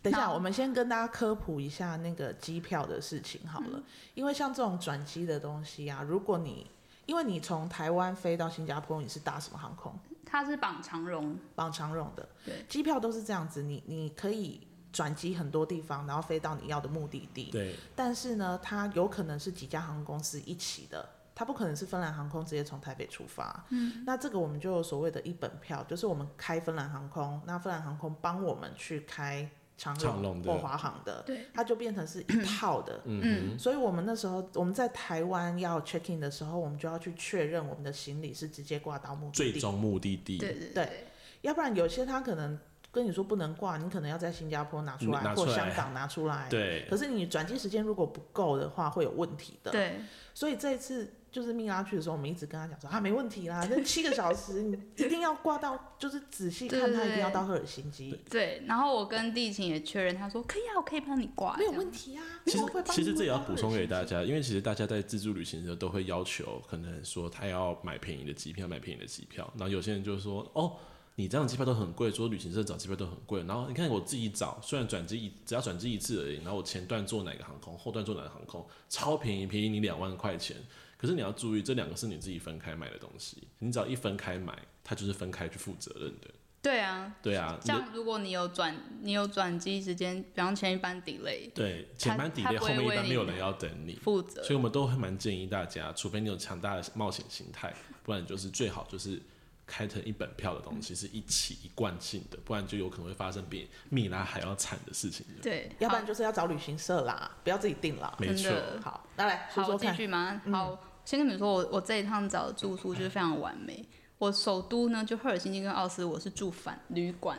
S1: 等一下，
S3: 那
S1: 我们先跟大家科普一下那个机票的事情好
S3: 嗯
S1: 了，因为像这种转机的东西啊，如果你因为你从台湾飞到新加坡，你是搭什么航空？
S3: 他是绑长绒，
S1: 绑长荣的，
S3: 对，
S1: 机票都是这样子，你你可以转机很多地方，然后飞到你要的目的地。
S2: 对
S1: 但是呢，它有可能是几家航空公司一起的，它不可能是芬兰航空直接从台北出发。嗯，那这个我们就有所谓的一本票，就是我们开芬兰航空，那芬兰航空帮我们去开长
S2: 长荣
S1: 荣
S2: 的
S1: 或华航的，
S3: 对，
S1: 它就变成是一套的。
S2: 嗯
S1: 所以我们那时候我们在台湾要 check in 的时候，我们就要去确认我们的行李是直接挂到目的
S2: 最
S1: 地，
S2: 终目的地
S3: 对对
S1: 对要不然有些他可能跟你说不能挂，你可能要在新加坡拿出来
S2: 嗯拿
S1: 或
S2: 出来
S1: 香港拿出来。
S2: 对
S1: 可是你转机时间如果不够的话，会有问题的。
S3: 对，
S1: 所以这一次就是蜜拉去的时候，我们一直跟他讲说啊，没问题 啦，那七个小时你一定要挂到，就是仔细看
S3: 对对
S1: 他一定要
S3: 对
S1: 到赫尔辛基，
S3: 对，然后我跟地勤也确认，他说可以啊，我可以帮你挂，
S1: 没有
S3: 这样
S1: 问题啊。
S2: 其实
S1: 我会帮
S2: 其实
S1: 你
S2: 这也要
S1: 问到
S2: 补充给大
S1: 赫尔辛基。
S2: 家，因为其实大家在自助旅行的时候都会要求，可能说他要买便宜的机票，买便宜的机票。然后有些人就说，哦，你这样的机票都很贵，说旅行社找机票都很贵。然后你看我自己找，虽然转机一只要转机一次而已，然后我前段坐哪个航空，后段坐哪个航空，超便宜，便宜你两万块钱。可是你要注意，这两个是你自己分开买的东西，你只要一分开买，它就是分开去负责任的。
S3: 对啊，
S2: 对啊，你的
S3: 像如果你有转，你有转机时间，比方前一班 delay，
S2: 对前班底
S3: 他
S2: 类，
S3: 不
S2: 后
S3: 会
S2: 面一
S3: 为
S2: 般没
S3: 你
S2: 有人要等你。
S3: 负责
S2: 所以我们都会蛮建议大家，除非你有强大的冒险心态，不然就是最好就是开成一本票的东西是一起一贯性的，不然就有可能会发生比米拉还要惨的事情
S1: 嗯
S2: 的。
S3: 对，
S1: 要不然
S3: 好
S1: 就是要找旅行社啦，不要自己定了。
S2: 没
S3: 真
S2: 错，
S3: 的
S1: 好，那来说
S3: 好，
S1: 说
S3: 我继
S1: 看，嗯
S3: 续吗？好，先跟你们说，我我这一趟找的住宿就是非常完美。我首都呢，就赫尔辛基跟奥斯，我是住饭旅馆。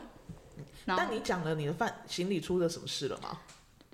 S3: 然后
S1: 但你讲了你的饭行李出了什么事了 吗？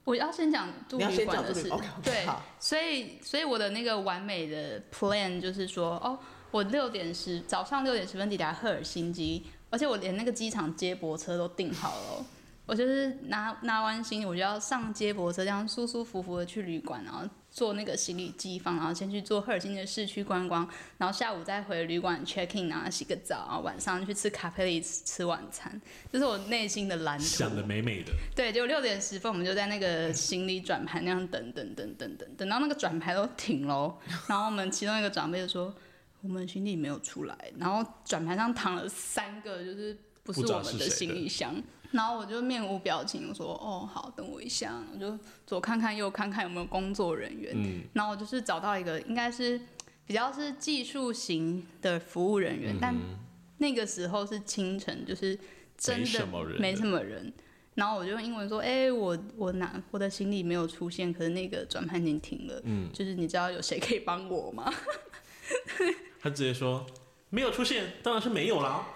S3: 我要先讲住
S1: 你要
S3: 旅
S1: 先
S3: 馆
S1: 讲
S3: 的
S1: 这
S3: 事
S1: 里，OK，，
S3: 对，
S1: 好，
S3: 所以，所以我的那个完美的 plan 就是说，哦，我六点十早上六点十分抵达赫尔辛基，而且我连那个机场接驳车都订好了哦、我就是拿拿完行李，我就要上接驳车，这样舒舒服服的去旅馆，然后做那个行李寄放，然后先去做赫尔辛基的市区观光，然后下午再回旅馆 check in，然后洗啊个澡，然后晚上去吃咖啡里吃吃晚餐，这是我内心的蓝图。
S2: 想的美美的，
S3: 对，就六点十分，我们就在那个行李转盘那样等等等等等，等到那个转盘都停喽，然后我们其中一个长辈就说我们行李没有出来，然后转盘上躺了三个，就是不是
S2: 不知道
S3: 我们
S2: 是
S3: 的
S2: 谁的
S3: 行李箱，然后我就面无表情，我说哦好，等我一下，我就左看看右看看有没有工作人员，
S2: 嗯，
S3: 然后我就是找到一个应该是比较是技术型的服务人
S2: 嗯
S3: 员，但那个时候是清晨，就是真
S2: 没
S3: 的
S2: 什么人，
S3: 没什么人。然后我就用英文说：“哎、我我拿我的行李没有出现，可是那个转盘已经停了。嗯，就是你知道有谁可以帮我吗？
S2: 他直接说没有出现，当然是没有啦。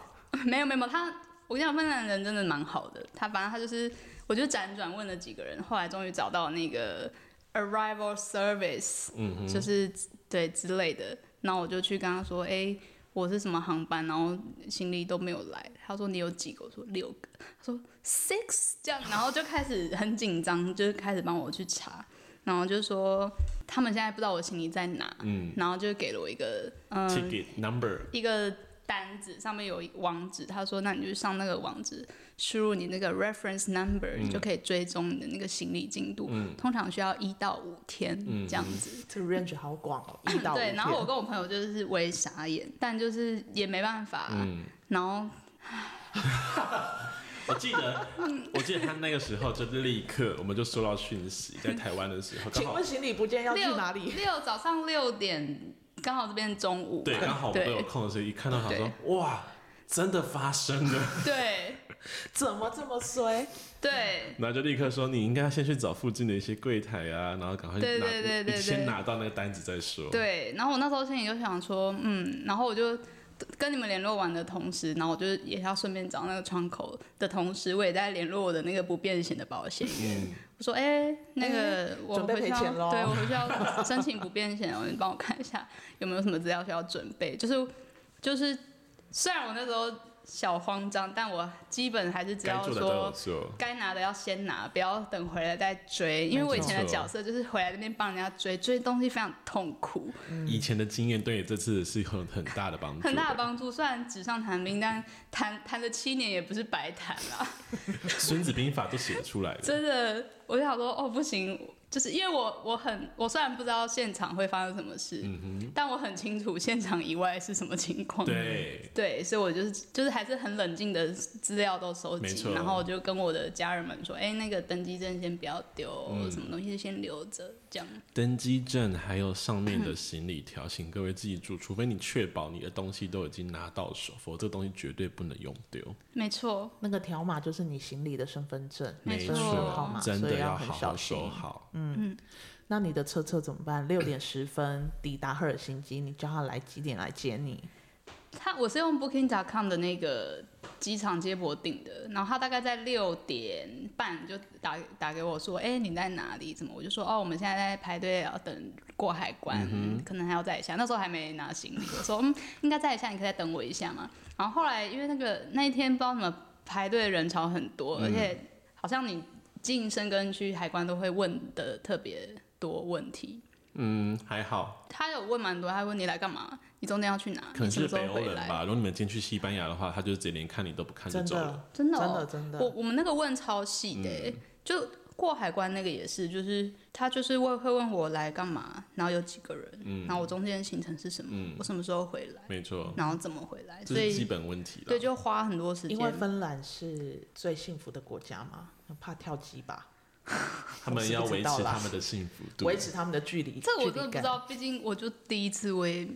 S3: 没有没有，没有他我跟你讲，芬兰人真的蛮好的。他反正他就是，我就辗转问了几个人，后来终于找到那个 arrival service，、
S2: 嗯哼，
S3: 就是对之类的。然后我就去跟他说：“哎、我是什么航班？”然后行李都没有来。他说：“你有几个？”我说：“六个。”他说：“six 这样。”然后就开始很紧张，就是开始帮我去查。然后就说他们现在不知道我行李在哪，
S2: 嗯
S3: 然后就给了我一个嗯、
S2: ，ticket number，
S3: 一个单子，上面有一网址。他说：“那你就上那个网址，输入你那个 reference number，、你就
S2: 嗯
S3: 可以追踪你的那个行李进度。通常需要一到五天、
S2: 嗯
S3: 这样子。”
S1: 这个 range 好广哦，一到五
S3: 对，然后
S1: 天
S3: 我跟我朋友就是微傻眼，但就是也没办法。
S2: 嗯，
S3: 然后
S2: 我记得，我记得他那个时候就立刻我们就收到讯息，在台湾的时候刚
S1: 请
S2: 好
S1: 问行李不见要去
S3: 六
S1: 哪里？
S3: 六早上六点，刚好这边中午嘛。
S2: 对刚好我们都有
S3: 对
S2: 空的时候，一看到他说哇，真的发生了。
S3: 对
S1: 怎么这么衰？
S3: 对
S2: 然后就立刻说你应该先去找附近的一些柜台啊，然后赶快拿，
S3: 对对对对对
S2: 先拿到那个单子再说。
S3: 对。然后我那时候心里就想说，嗯，然后我就跟你们联络完的同时，然后我就是也要顺便找那个窗口的同时，我也在联络我的那个不变形的保险员。
S2: 嗯
S3: 我说：“哎、那个、我
S1: 准备
S3: 回去
S1: 赔
S3: 要
S1: 钱咯
S3: 对我回去要申请不变险哦，你帮我看一下有没有什么资料需要准备。”就是就是，虽然我那时候小慌张，但我基本还是知
S2: 该
S3: 道
S2: 做的都有
S3: 说
S2: 做，
S3: 该拿的要先拿，不要等回来再追。因为我以前的
S2: 没错
S3: 角色就是回来那边帮人家追，追东西非常痛苦。
S2: 以前的经验对你这次是很很大的帮助，
S3: 很大的帮助。虽然纸上谈兵，但谈谈了七年也不是白谈啊！
S2: 《孙子兵法》都写得出来的，
S3: 真的，我就想说，哦，不行，就是因为我我很我虽然不知道现场会发生什么事，
S2: 嗯
S3: 但我很清楚现场以外是什么情况。
S2: 对，
S3: 对，所以我就是就是还是很冷静的资料都收
S2: 没
S3: 集，
S2: 错
S3: 然后我就跟我的家人们说，哎、那个登机证先不要丢，
S2: 嗯
S3: 什么东西先留着，这样。
S2: 登机证还有上面的行李条，请各位记住，除非你确保你的东西都已经拿到手，否则这个东西绝对不能用丢。
S3: 没错，
S1: 那个条码就是你行李的身份证，
S3: 没
S1: 身
S3: 错
S1: 份证号码，
S2: 真
S1: 所
S2: 的
S1: 以要很
S2: 好
S1: 小
S2: 好
S1: 心。
S2: 收好。
S1: 那你的车车怎么办？六点十分抵达赫尔辛基，你叫他来几点来接你？
S3: 他我是用 Booking.com 的那个机场接驳订的，然后他大概在六点半就打打给我说，哎、你在哪里？怎么？我就说，哦，我们现在在排队，要等过海关，
S2: 嗯
S3: 可能还要再一下。那时候还没拿行李，我说，嗯，应该再一下，你可以再等我一下嘛。然后后来因为那个那一天不知道怎么排队的人潮很多，
S2: 嗯
S3: 而且好像你进深根区海关都会问的特别多问题。
S2: 嗯，还好，
S3: 他有问蛮多，他问你来干嘛？你中间要去哪？
S2: 可能
S3: 你什
S2: 是
S3: 么时
S2: 北
S3: 候
S2: 欧
S3: 回
S2: 人
S3: 来？
S2: 吧。如果你们今天去西班牙的话，他就直接连看你都不看就
S1: 真
S2: 走了。
S1: 的，
S3: 真的、哦，
S1: 真的，真
S3: 我
S1: 的，
S3: 我们那个问超细的、欸
S2: 嗯
S3: 就过海关那个也是，就是他就是问会问我来干嘛，然后有几个人，
S2: 嗯
S3: 然后我中间的行程是什么，我什么时候回来，
S2: 没错，
S3: 然后怎么回来，
S2: 嗯这
S3: 哎所
S2: 是基
S3: 以
S2: 本问题了。
S3: 对就花很多时
S1: 因为
S3: 间。
S1: 芬兰是最幸福的国家嘛，怕跳机吧，
S2: 他们要
S1: 我是不知
S2: 维持
S1: 道啦
S2: 他们的幸福度。
S1: 维持他们的距离。
S3: 这个我
S1: 距
S3: 真的
S1: 离
S3: 不知
S1: 感。
S3: 道，毕竟我就第一次，我也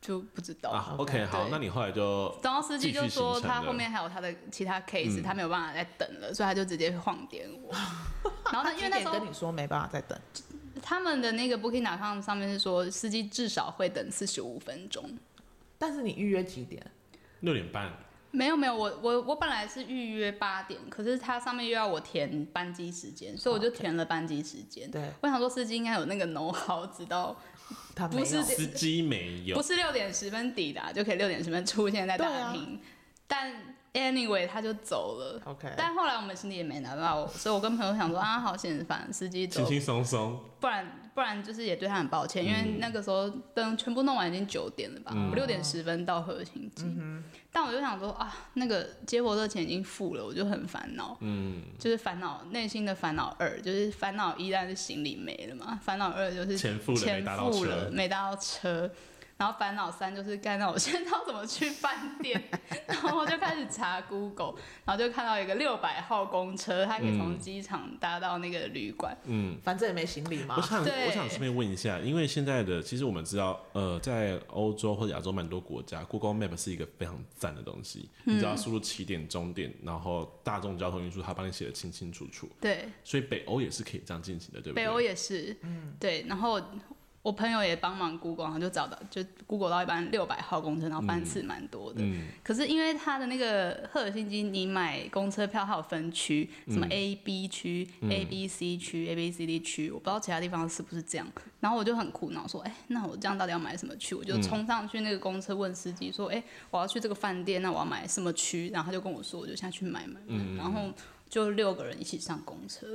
S3: 就不知道。
S2: 啊
S1: OK，
S2: ，OK，好，
S3: 对
S2: 那你后来就
S3: 然后司机
S2: 继续
S3: 就说
S2: 行程
S3: 他
S2: 了
S3: 后面还有他的其他 case，、他没有办法再等了，所以他就直接晃点 我。然后
S1: 他
S3: 呢，因为那时候
S1: 跟你说没办法再等，
S3: 他们的那个 Booking.com 上面是说司机至少会等四十五分钟，
S1: 但是你预约几点？
S2: 六点半，
S3: 没有没有，我我我本来是预约八点，可是它上面又要我填班机时间，所以我就填了班机时间。
S1: 哦对
S3: 我想说司机应该有那个 know how，知道
S1: 他没有
S3: 不是
S2: 司机没有
S3: 不。是六点十分抵达就可以六点十分出现在
S1: 对
S3: 大
S1: 啊哎
S3: 厅，但 anyway 他就走了。
S1: OK，
S3: 但后来我们行李也没拿到，所以我跟朋友想说啊，好险，反正司机走
S2: 轻，轻松松，
S3: 不然不然就是也对他很抱
S2: 嗯
S3: 歉，因为那个时候灯全部弄完已经九点了吧，我六点十分到核心机，但我就想说啊，那个接驳热钱已经付了，我就很烦恼，
S2: 嗯，
S3: 就是烦恼内心的烦恼二，就是烦恼一当然是行李没了嘛，烦恼二就是
S2: 钱付了没
S3: 钱
S2: 搭到
S3: 付了
S2: 车，
S3: 没搭到车。然后烦恼三就是干到我现在要怎么去饭 店，然后我就开始查 Google，然后就看到一个六百号公车，它可以从机场搭到那个旅馆，
S2: 嗯。
S1: 反正也没行李嘛
S2: 我。想，
S3: 对
S2: 我想顺便问一下，因为现在的其实我们知道，呃，在欧洲或者亚洲蛮多国家，Google Map 是一个非常赞的东西。你
S3: 嗯
S2: 只要输入起点、终点，然后大众交通运输，它帮你写的清清楚楚。
S3: 对，
S2: 所以北欧也是可以这样进行的，对不对？
S3: 北欧也是，对。然后我朋友也帮忙 Google，然后就找到就 Google 到一班六百号公车，然后班次蛮多的。
S2: 嗯，
S3: 可是因为它的那个赫尔辛基，你买公车票它有分区，什
S2: 嗯
S3: 么 A、B 区、A、B、C 区、A、B、C、D 区，我不知道其他地方是不是这样。然后我就很苦恼说，哎、那我这样到底要买什么区？我就冲上去那个公车问司机说，哎、我要去这个饭店，那我要买什么区？然后他就跟我说，我就下去买买买，
S2: 嗯
S3: 然后就六个人一起上公车，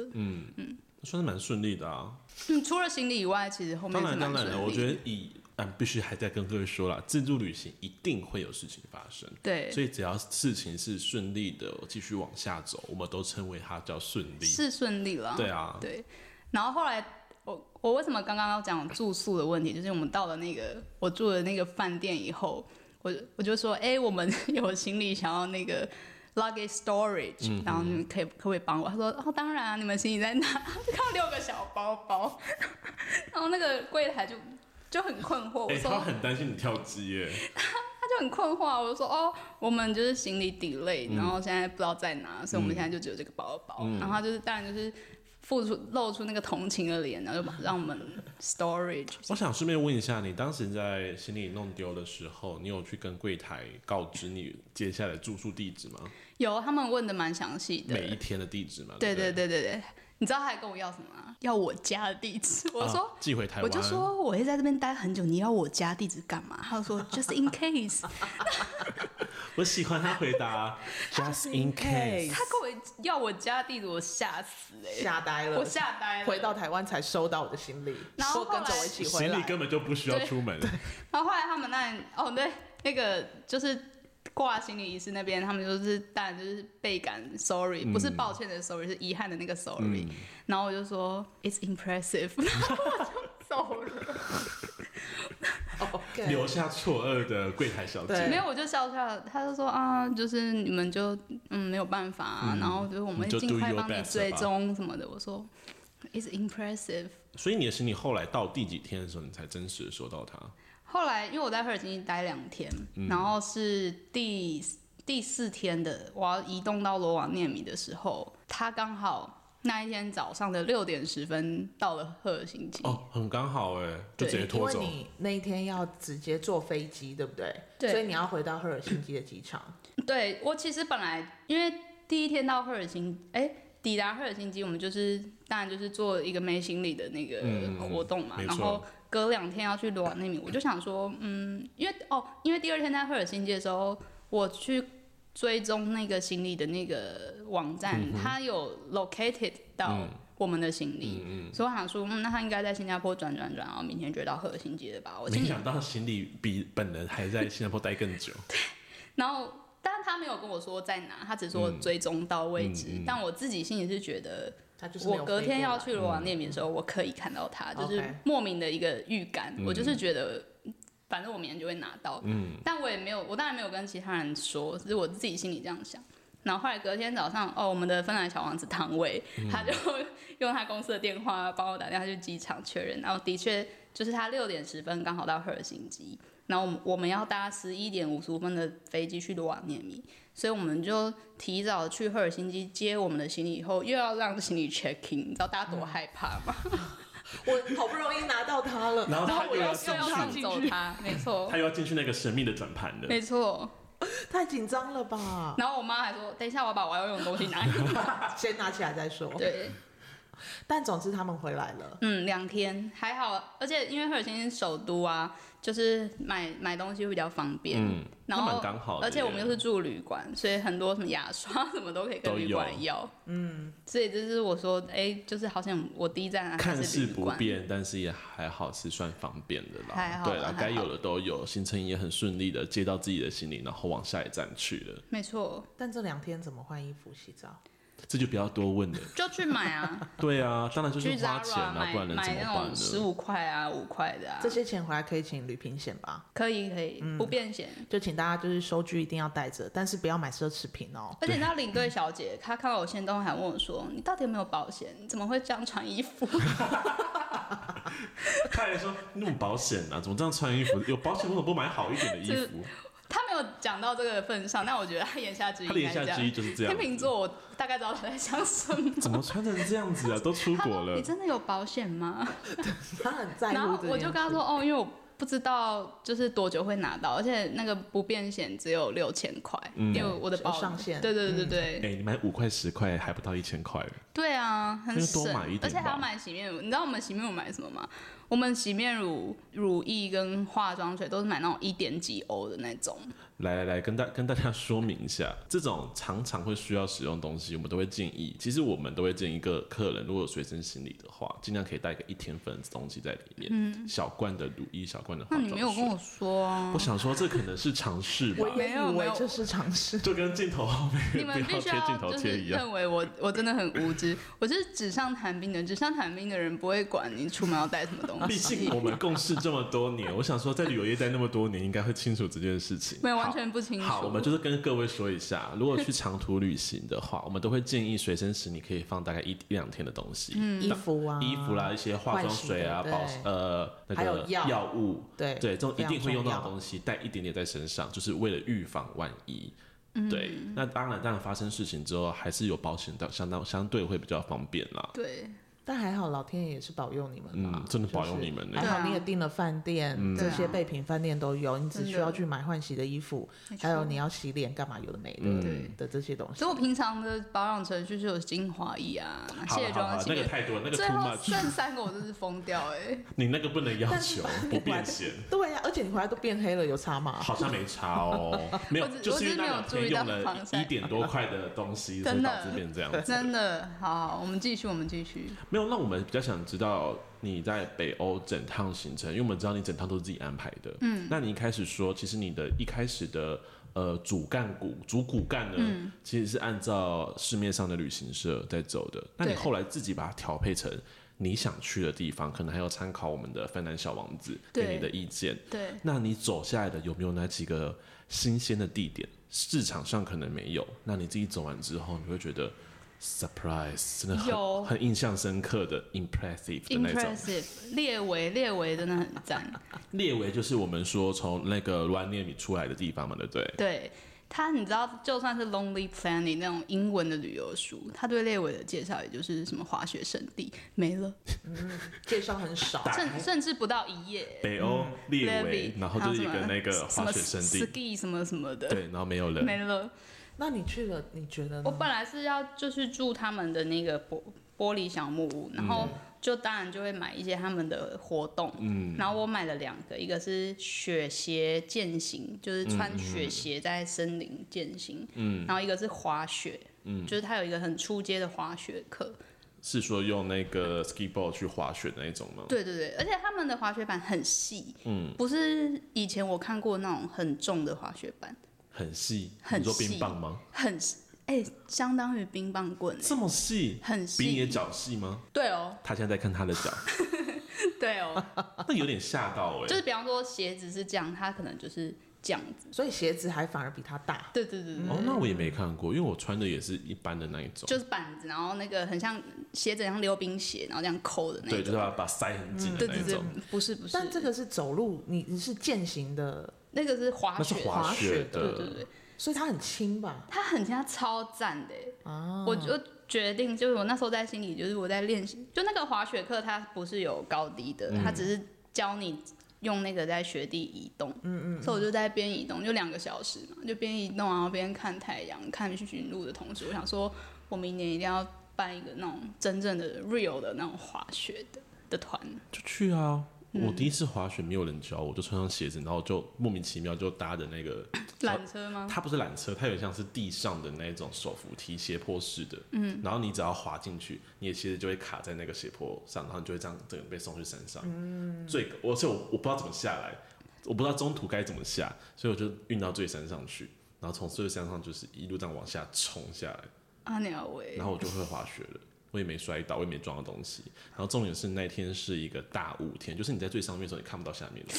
S2: 算是蛮顺利的啊。
S3: 嗯，除了行李以外，其实后面
S2: 当然，
S3: 是
S2: 当
S3: 蛮顺
S2: 然
S3: 利的。
S2: 了，我觉得以嗯，必须还在跟各位说啦，自助旅行一定会有事情发生，
S3: 对
S2: 所以只要事情是顺利的，继续往下走，我们都称为它叫顺利。
S3: 是顺利了。
S2: 对啊，
S3: 对然后后来我我为什么刚刚要讲住宿的问题？就是我们到了那个我住的那个饭店以后，我我就说，哎、我们 有行李想要那个。luggage storage，、
S2: 嗯
S3: 然后你们可以可不可以帮我？他说哦，当然啊，你们行李在哪？ 靠六个小包包， 然后那个柜台就就很困惑，我
S2: 哎、
S3: 说、
S2: 他很担心你跳机耶，
S3: 就很困惑，我就说哦，我们就是
S2: 嗯
S3: 行李 delay，然后现在不知道在哪，所以我们现在就只有这个包包。然后他就是当然就是付出露出那个同情的脸，然后就把让我们 storage
S2: 我想顺便问一下，你当时在行李弄丢的时候，你有去跟柜台告知你接下来住宿地址吗？
S3: 有他们问的蛮详细的，
S2: 每一天的地址吗？
S3: 对
S2: 不对
S3: 对对对对，你知道他还跟我要什么吗？要我家的地址。我
S2: 啊
S3: 说、
S2: 寄回台
S3: 我
S2: 湾，
S3: 就说我会在这边待很久，你要我家地址干嘛？他就说 just in case。
S2: 我喜欢他回答 just in case。
S3: 他跟我要我家地址，我吓死哎、
S1: 吓呆
S2: 呃
S1: 了，
S3: 我吓呆了。
S1: 回到台湾才收到我的行李，
S3: 然
S1: 说
S3: 后
S1: 跟着
S3: 后来
S1: 我一起回
S2: 行李
S1: 来。
S2: 根本就不需要出门，
S3: 然后后来他们那里哦对，那个就是挂行李仪式那边，他们就是当然就是倍感 sorry，、不
S2: 嗯
S3: 是抱歉的 sorry，是遗憾的那个 sorry、然后我就说 it's impressive，然后我就走了。
S1: OK
S2: 留下错愕的柜台小姐
S1: 对。
S3: 没有，我就笑笑，他就说啊，就是你们就嗯没有办法、啊然后就是我们
S2: 你就
S3: 会尽
S2: do
S3: 快
S2: your
S3: 帮你
S2: best
S3: 追
S2: 吧
S3: 踪什么的。我说 it's impressive。
S2: 所以你的行李后来到第几天的时候，你才真实的收到它？
S3: 后来因为我在赫尔辛基待两天，然后是第第四天的，我要移动到罗瓦涅米的时候，他刚好那一天早上的六点十分到了赫尔辛基。
S2: 哦，很刚好哎、就
S3: 对
S2: 直接
S1: 因
S2: 拖
S1: 为
S2: 走。
S1: 你那一天要直接坐飞机，对不对？
S3: 对
S1: 所以你要回到赫尔辛基的机场。
S3: 对我其实本来因为第一天到赫尔辛，哎、抵达赫尔辛基，我们就是当然就是做一个没行李的那个
S2: 嗯嗯嗯
S3: 活动嘛，
S2: 没
S3: 然
S2: 错
S3: 后隔两天要去罗瓦内米，我就想说，嗯，因为哦，因为第二天在赫尔辛基的时候，我去追踪那个行李的那个网站，
S2: 嗯
S3: 它有 located 到我们的行李，所以我想说，嗯，那他应该在新加坡转转转，然后明天就会到赫尔辛基了吧？我心
S2: 没
S3: 里
S2: 想到行李比本人还在新加坡待更 久。
S3: 然后，但是他没有跟我说在哪，他只说追踪到位置。
S2: 嗯嗯嗯嗯
S3: 但我自己心里是觉得，
S1: 他就是没有
S3: 我隔
S1: 飞
S3: 天
S1: 过
S3: 要
S1: 来
S3: 去罗瓦涅米的时候，我可以看到他，就是
S1: OK
S3: 莫名的一个预感。我就是觉得，反正我明天就会拿到。嗯，但我也没有，我当然没有跟其他人说，只是我自己心里这样想。然后后来隔天早上，哦，我们的芬兰小王子唐伟，他就 用他公司的电话帮我打电话去机场确认，然后的确就是他六点十分刚好到赫尔辛基，然后我们我们要搭十一点五十五分的飞机去罗瓦涅米，所以我们就提早去赫尔辛基接我们的行李，以后又要让行李 check in，你知道大家多害怕吗？
S1: 我好不容易拿到它了，
S2: 然后他
S1: 我
S2: 又
S1: 要
S2: 要
S1: 送
S2: 送
S3: 又要
S1: 它
S3: 送
S1: 进
S3: 走
S1: 去，
S3: 他，没错
S2: 他，又要进去那个神秘的转盘了。
S3: 没错。
S1: 太紧张了吧？
S3: 然后我妈还说，等一下我把我要用的东西拿给你。
S1: 先拿起来再说。
S3: 对，
S1: 但总之他们回来了，
S3: 嗯，两天还好，而且因为赫尔辛基是首都啊，就是买买东西会比较方便。
S2: 嗯，那
S3: 然后
S2: 蛮刚好的耶。
S3: 而且我们又是住旅馆，所以很多什么牙刷什么都可以跟
S2: 都
S3: 旅
S2: 有
S3: 馆要。嗯，所以这是我说，哎、就是好像我第一站还
S2: 看
S3: 是
S2: 似
S3: 旅
S2: 不
S3: 馆。
S2: 变，但是也还好，是算方便的啦。
S3: 还好
S2: 对
S3: 还
S2: 啦
S3: 好，
S2: 该有的都有，行程也很顺利的接到自己的行李，然后往下一站去了。
S3: 没错，
S1: 但这两天怎么换衣服、洗
S2: 啊
S1: 澡？
S2: 这就不要多问 了。
S3: 就去买 啊，
S2: 对啊，当然就是
S3: 去
S2: 花钱
S3: Zara
S2: 啊，
S3: 买
S2: 不然能怎
S3: 买
S2: 么
S3: 那
S2: 办
S3: 种十
S2: 呢？
S3: 五块啊、五块的啊
S1: 这，些钱回来可以请旅平险吧？
S3: 可以可以，不变现。
S1: 就请大家就是收据一定要带着，但是不要买奢侈品 哦。
S3: 而且那领队小姐，她看到我先动还问我说：“你到底有没有保险？你怎么会这样穿衣服
S2: 他还说那么保险啊，怎么这样穿衣服？有保险为什么不买好一点的衣
S3: 这
S2: 服？？”
S3: 她没有讲到这个份上，但我觉得她言下之意
S2: 他
S3: 应
S2: 的言
S3: 该这
S2: 下之意
S3: 样。
S2: 就是这样
S3: 天。秤座，我大概知道她在想什么。
S2: 怎么穿成这样 子啊？都出
S3: 她
S2: 国
S3: 说：“
S2: 了
S3: 你，真的有保险吗？”
S1: 他很在
S3: 然
S1: 乎
S3: 后
S1: 这
S3: 我
S1: 件
S3: 就跟他
S1: 事
S3: 说，哦，因为我不知道就是多久会拿到，而且那个不变险只有六千块，
S2: 嗯
S3: 因为我的
S1: 有
S3: 保
S1: 上限
S3: 对对对对对，
S2: 哎、你买五块十块还不到一千块，
S3: 对啊，很
S2: 那就多
S3: 省
S2: 买一，点
S3: 而且还要
S2: 吧
S3: 买洗面乳。你知道我们洗面乳买什么吗？我们洗面乳、乳液跟化妆水都是买那种一点几欧的那种，
S2: 来来来，跟大跟大家说明一下，这种常常会需要使用的东西，我们都会建议。其实我们都会建议一个客人，如果有随身行李的话，尽量可以带个一天份的东西在里面，小罐的乳液，小罐的化妆
S3: 嗯那你
S2: 水。
S3: 没有跟我说啊
S2: 我？想说，这可能是尝试吧
S1: 我，也
S3: 没有
S1: 以
S3: 没
S1: 为
S3: 有
S1: 这是尝试。
S2: 就跟镜头后
S3: 你
S2: 面不
S3: 们必
S2: 要
S3: 须
S2: 贴镜头
S3: 就
S2: 贴
S3: 是
S2: 一样。
S3: 认为我我真的很无知，我是纸上谈兵的，纸上谈兵的人不会管你出门要带什么东
S2: 毕
S3: 西，
S2: 竟我们共事这么多年， 我想说，在旅游业待那么多年，应该会清楚这件事情。
S3: 没有完
S2: 好
S3: 全不清楚。
S2: 好，我们就是跟各位说一下，如果去长途旅行的话，我们都会建议随身时你可以放大概一一两天的东西，
S3: 嗯
S1: 衣服啊，
S2: 衣服啦、一些化妆水啊、保
S1: 换嗯洗的对
S2: 呃那
S1: 还
S2: 个
S1: 有药
S2: 药物，
S1: 对
S2: 对，这种一定会用到的
S1: 西。
S2: 东西，带一点点在身上，就是为了预防万一。
S3: 嗯
S2: 对，那当然，当然发生事情之后，还是有保险的，相当相对会比较方便啦。
S3: 对，
S1: 但还好，老天爷也是保佑你们啦
S2: 嗯真的保佑
S1: 就是
S2: 你们呢嗯
S1: 还
S3: 对
S1: 好
S3: 啊
S1: 你也订了饭店，
S3: 对
S1: 这
S3: 啊
S1: 些备品饭店都有，你只需
S3: 真
S1: 要
S3: 的
S1: 去买换洗的衣服，
S3: 没错
S1: 还有你。要洗脸干嘛有的没的
S2: 嗯
S1: 的这些东西
S3: 所以。我平常的保养程序是有精华液啊、
S2: 好
S3: 卸
S2: 了好
S3: 妆、
S2: 了，
S3: 洗
S2: 那个
S3: 脸。
S2: 太多了，那个 too
S3: 最后
S2: much，
S3: 剩三个我真是疯掉哎、
S2: 你那个不能要
S1: 但是
S2: 求
S1: 吧
S2: 不
S1: 你管
S2: 变现。
S1: 对啊呀、而且你回来都变黑了，有差吗？
S2: 好像没差 哦，没有
S3: 我只，
S2: 就是因为那两
S3: 我只
S2: 天
S3: 是没
S2: 用
S3: 有注意到
S2: 了
S3: 防晒
S2: 一点多块的东西，所以
S3: 真的
S2: 导致变这 样子。
S3: 真的好，我们继续，我们继续。
S2: 没有，那我们比较想知道你在北欧整趟行程，因为我们知道你整趟都是自己安排的。嗯，那你一开始说，其实你的一开始的呃主干骨主骨干呢，
S3: 嗯
S2: 其实是按照市面上的旅行社在走的。那你
S3: 对
S2: 后来自己把它调配成你想去的地方，可能还要参考我们的芬兰小王子给
S3: 对
S2: 你的意见。
S3: 对，
S2: 那你走下来的有没有哪几个新鲜的地点？市场上可能没有，那你自己走完之后，你会觉得 surprise 真的
S3: 有
S2: 很很印象深刻的 impressive 的那种。
S3: impressive，列维列维真的很 赞。
S2: 列为就是我们说从那个 r a n 里出来的地方嘛，对不对？
S3: 对他，你知道，就算是 Lonely Planet 那种英文的旅游书，他对列维的介绍也就是什么滑雪圣地没了，
S1: 介绍很少，
S3: 甚甚至不到一页。
S2: 北欧列维
S3: Levi，，
S2: 然后就是一
S3: 还
S2: 个
S3: 有
S2: 那个
S3: 什么
S2: 滑雪圣
S3: 什么
S2: 地，
S3: ，ski 什么什么的，
S2: 对，然后没有人。
S3: 没了。
S1: 那你去了，你觉得
S3: 我
S1: 呢？
S3: 本来是要就是住他们的那个玻玻璃小木屋，然后就当然就会买一些他们的活动，嗯，然后我买了两个，一个是雪鞋践行，就是穿雪鞋在森林践行，嗯，然后一个是滑雪，嗯，就是它有一个很出街的滑雪课，
S2: 是说用那个 ski ball 去滑雪的那种吗？
S3: 对对对，而且他们的滑雪板很细，嗯，不是以前我看过那种很重的滑雪板，
S2: 很细，
S3: 很
S2: 你说
S3: 细
S2: 冰棒吗？
S3: 很哎、相当于冰棒棍，欸
S2: 这么细，
S3: 很
S2: 比你的
S3: 细，
S2: 脚细吗？
S3: 对哦，
S2: 他现在在看他的 脚，
S3: 对哦。
S2: 那有点吓到哎、
S3: 就是比方说鞋子是这样，它可能就是这样子。
S1: 所以鞋子还反而比它大。
S3: 对对对对，
S2: 哦，那我也没看过，因为我穿的也是一般的那一种，
S3: 就是板子，然后那个很像鞋子，很像溜冰鞋，然后这样扣的那
S2: 对，
S3: 种。
S2: 就是要把塞很紧的
S3: 对
S2: 那
S3: 对
S2: 一
S3: 对
S2: 种。，
S3: 不是不是，
S1: 但这个是走路，你你是践行的，
S3: 那个是滑
S2: 那是
S3: 雪，
S2: 滑
S1: 雪
S2: 的，
S3: 对对对，
S1: 所以它很轻吧？
S3: 它很像超赞的欸。我就决定，就是我那时候在心里，就是我在练习，就那个滑雪课，它不是有高低的，它只是教你。用那个在雪地移动，嗯嗯，所以我就在边移动，就两个小时嘛，就边移动，然后边看太阳、看驯鹿的同时，我想说，我明年一定要办一个那种真正的 real 的那种滑雪的的团，
S2: 就去啊！
S3: 嗯
S2: 我第一次滑雪没有人教我，就穿上鞋子，然后就莫名其妙就搭的那个，
S3: 缆车吗？
S2: 它不是缆车，它有点像是地上的那种手扶梯，斜坡式的。嗯，然后你只要滑进去，你的鞋子就会卡在那个斜坡上，然后你就会这样整个被送去山上。嗯，最而且我我不知道怎么下来，我不知道中途该怎么下，所以我就运到最山上去，然后从最山上就是一路这样往下冲下来。
S3: 阿鸟啊喂
S2: 然，后我就会滑雪了，我也没摔倒，我也没撞到东西。然后重点是那天是一个大雾天，就是你在最上面的时候你看不到下面的。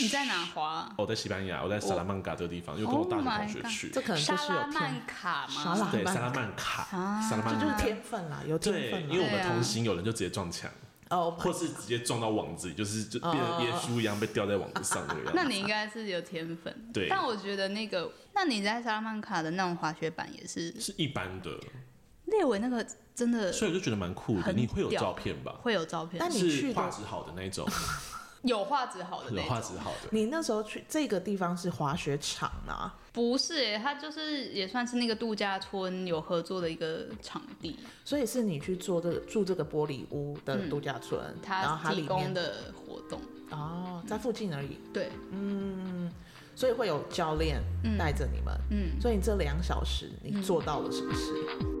S3: 你在哪滑啊？
S2: 哦我在西班牙，我在萨拉曼卡这个地方，因为跟我
S3: Oh
S2: 大学同学
S3: my god
S2: 去。
S1: 这可能就
S3: 沙
S1: 是有
S3: 拉
S1: 天，
S3: 曼卡吗？
S1: 沙拉
S2: 对，
S1: 曼
S2: 萨拉曼卡，
S3: 啊
S2: 萨拉曼
S1: 这就是
S2: 卡。
S1: 天分啦，有天
S2: 对，
S1: 分哎
S2: 因为
S1: 啦。
S2: 我们
S3: 对啊
S2: 同行有人就直接撞墙，
S1: 哦，
S2: 或是直接撞到网子里，就是就变
S1: 哦
S2: 成
S1: 哦
S2: 耶稣一样被吊在网子上那个样子。
S3: 那你应该是有天分。
S2: 对
S3: 但我觉得那个，那你在沙拉曼卡的那种滑雪板也是
S2: 是一般的，
S3: 列维那个真的
S2: 所以我就觉得蛮酷的。
S3: 很
S2: 你会有
S3: 屌
S2: 照片吧？
S3: 会有照片，
S1: 但你去
S2: 是
S1: 的
S2: 画质好的那 一种，
S3: 有画质好的
S2: 有
S3: 那
S2: 画
S3: 种。
S2: 质好的。
S1: 你那时候去这个地方是滑雪场啊，
S3: 不是耶、它就是也算是那个度假村有合作的一个场地，
S1: 所以是你去做这个住这个玻璃屋的度假村，然后
S3: 嗯它
S1: 它
S3: 提
S1: 里
S3: 供
S1: 面
S3: 的活动。
S1: 哦，在附近而已，
S3: 对，嗯
S1: 所以会有教练带着你们。嗯，所以你这两小时你做到了什么事？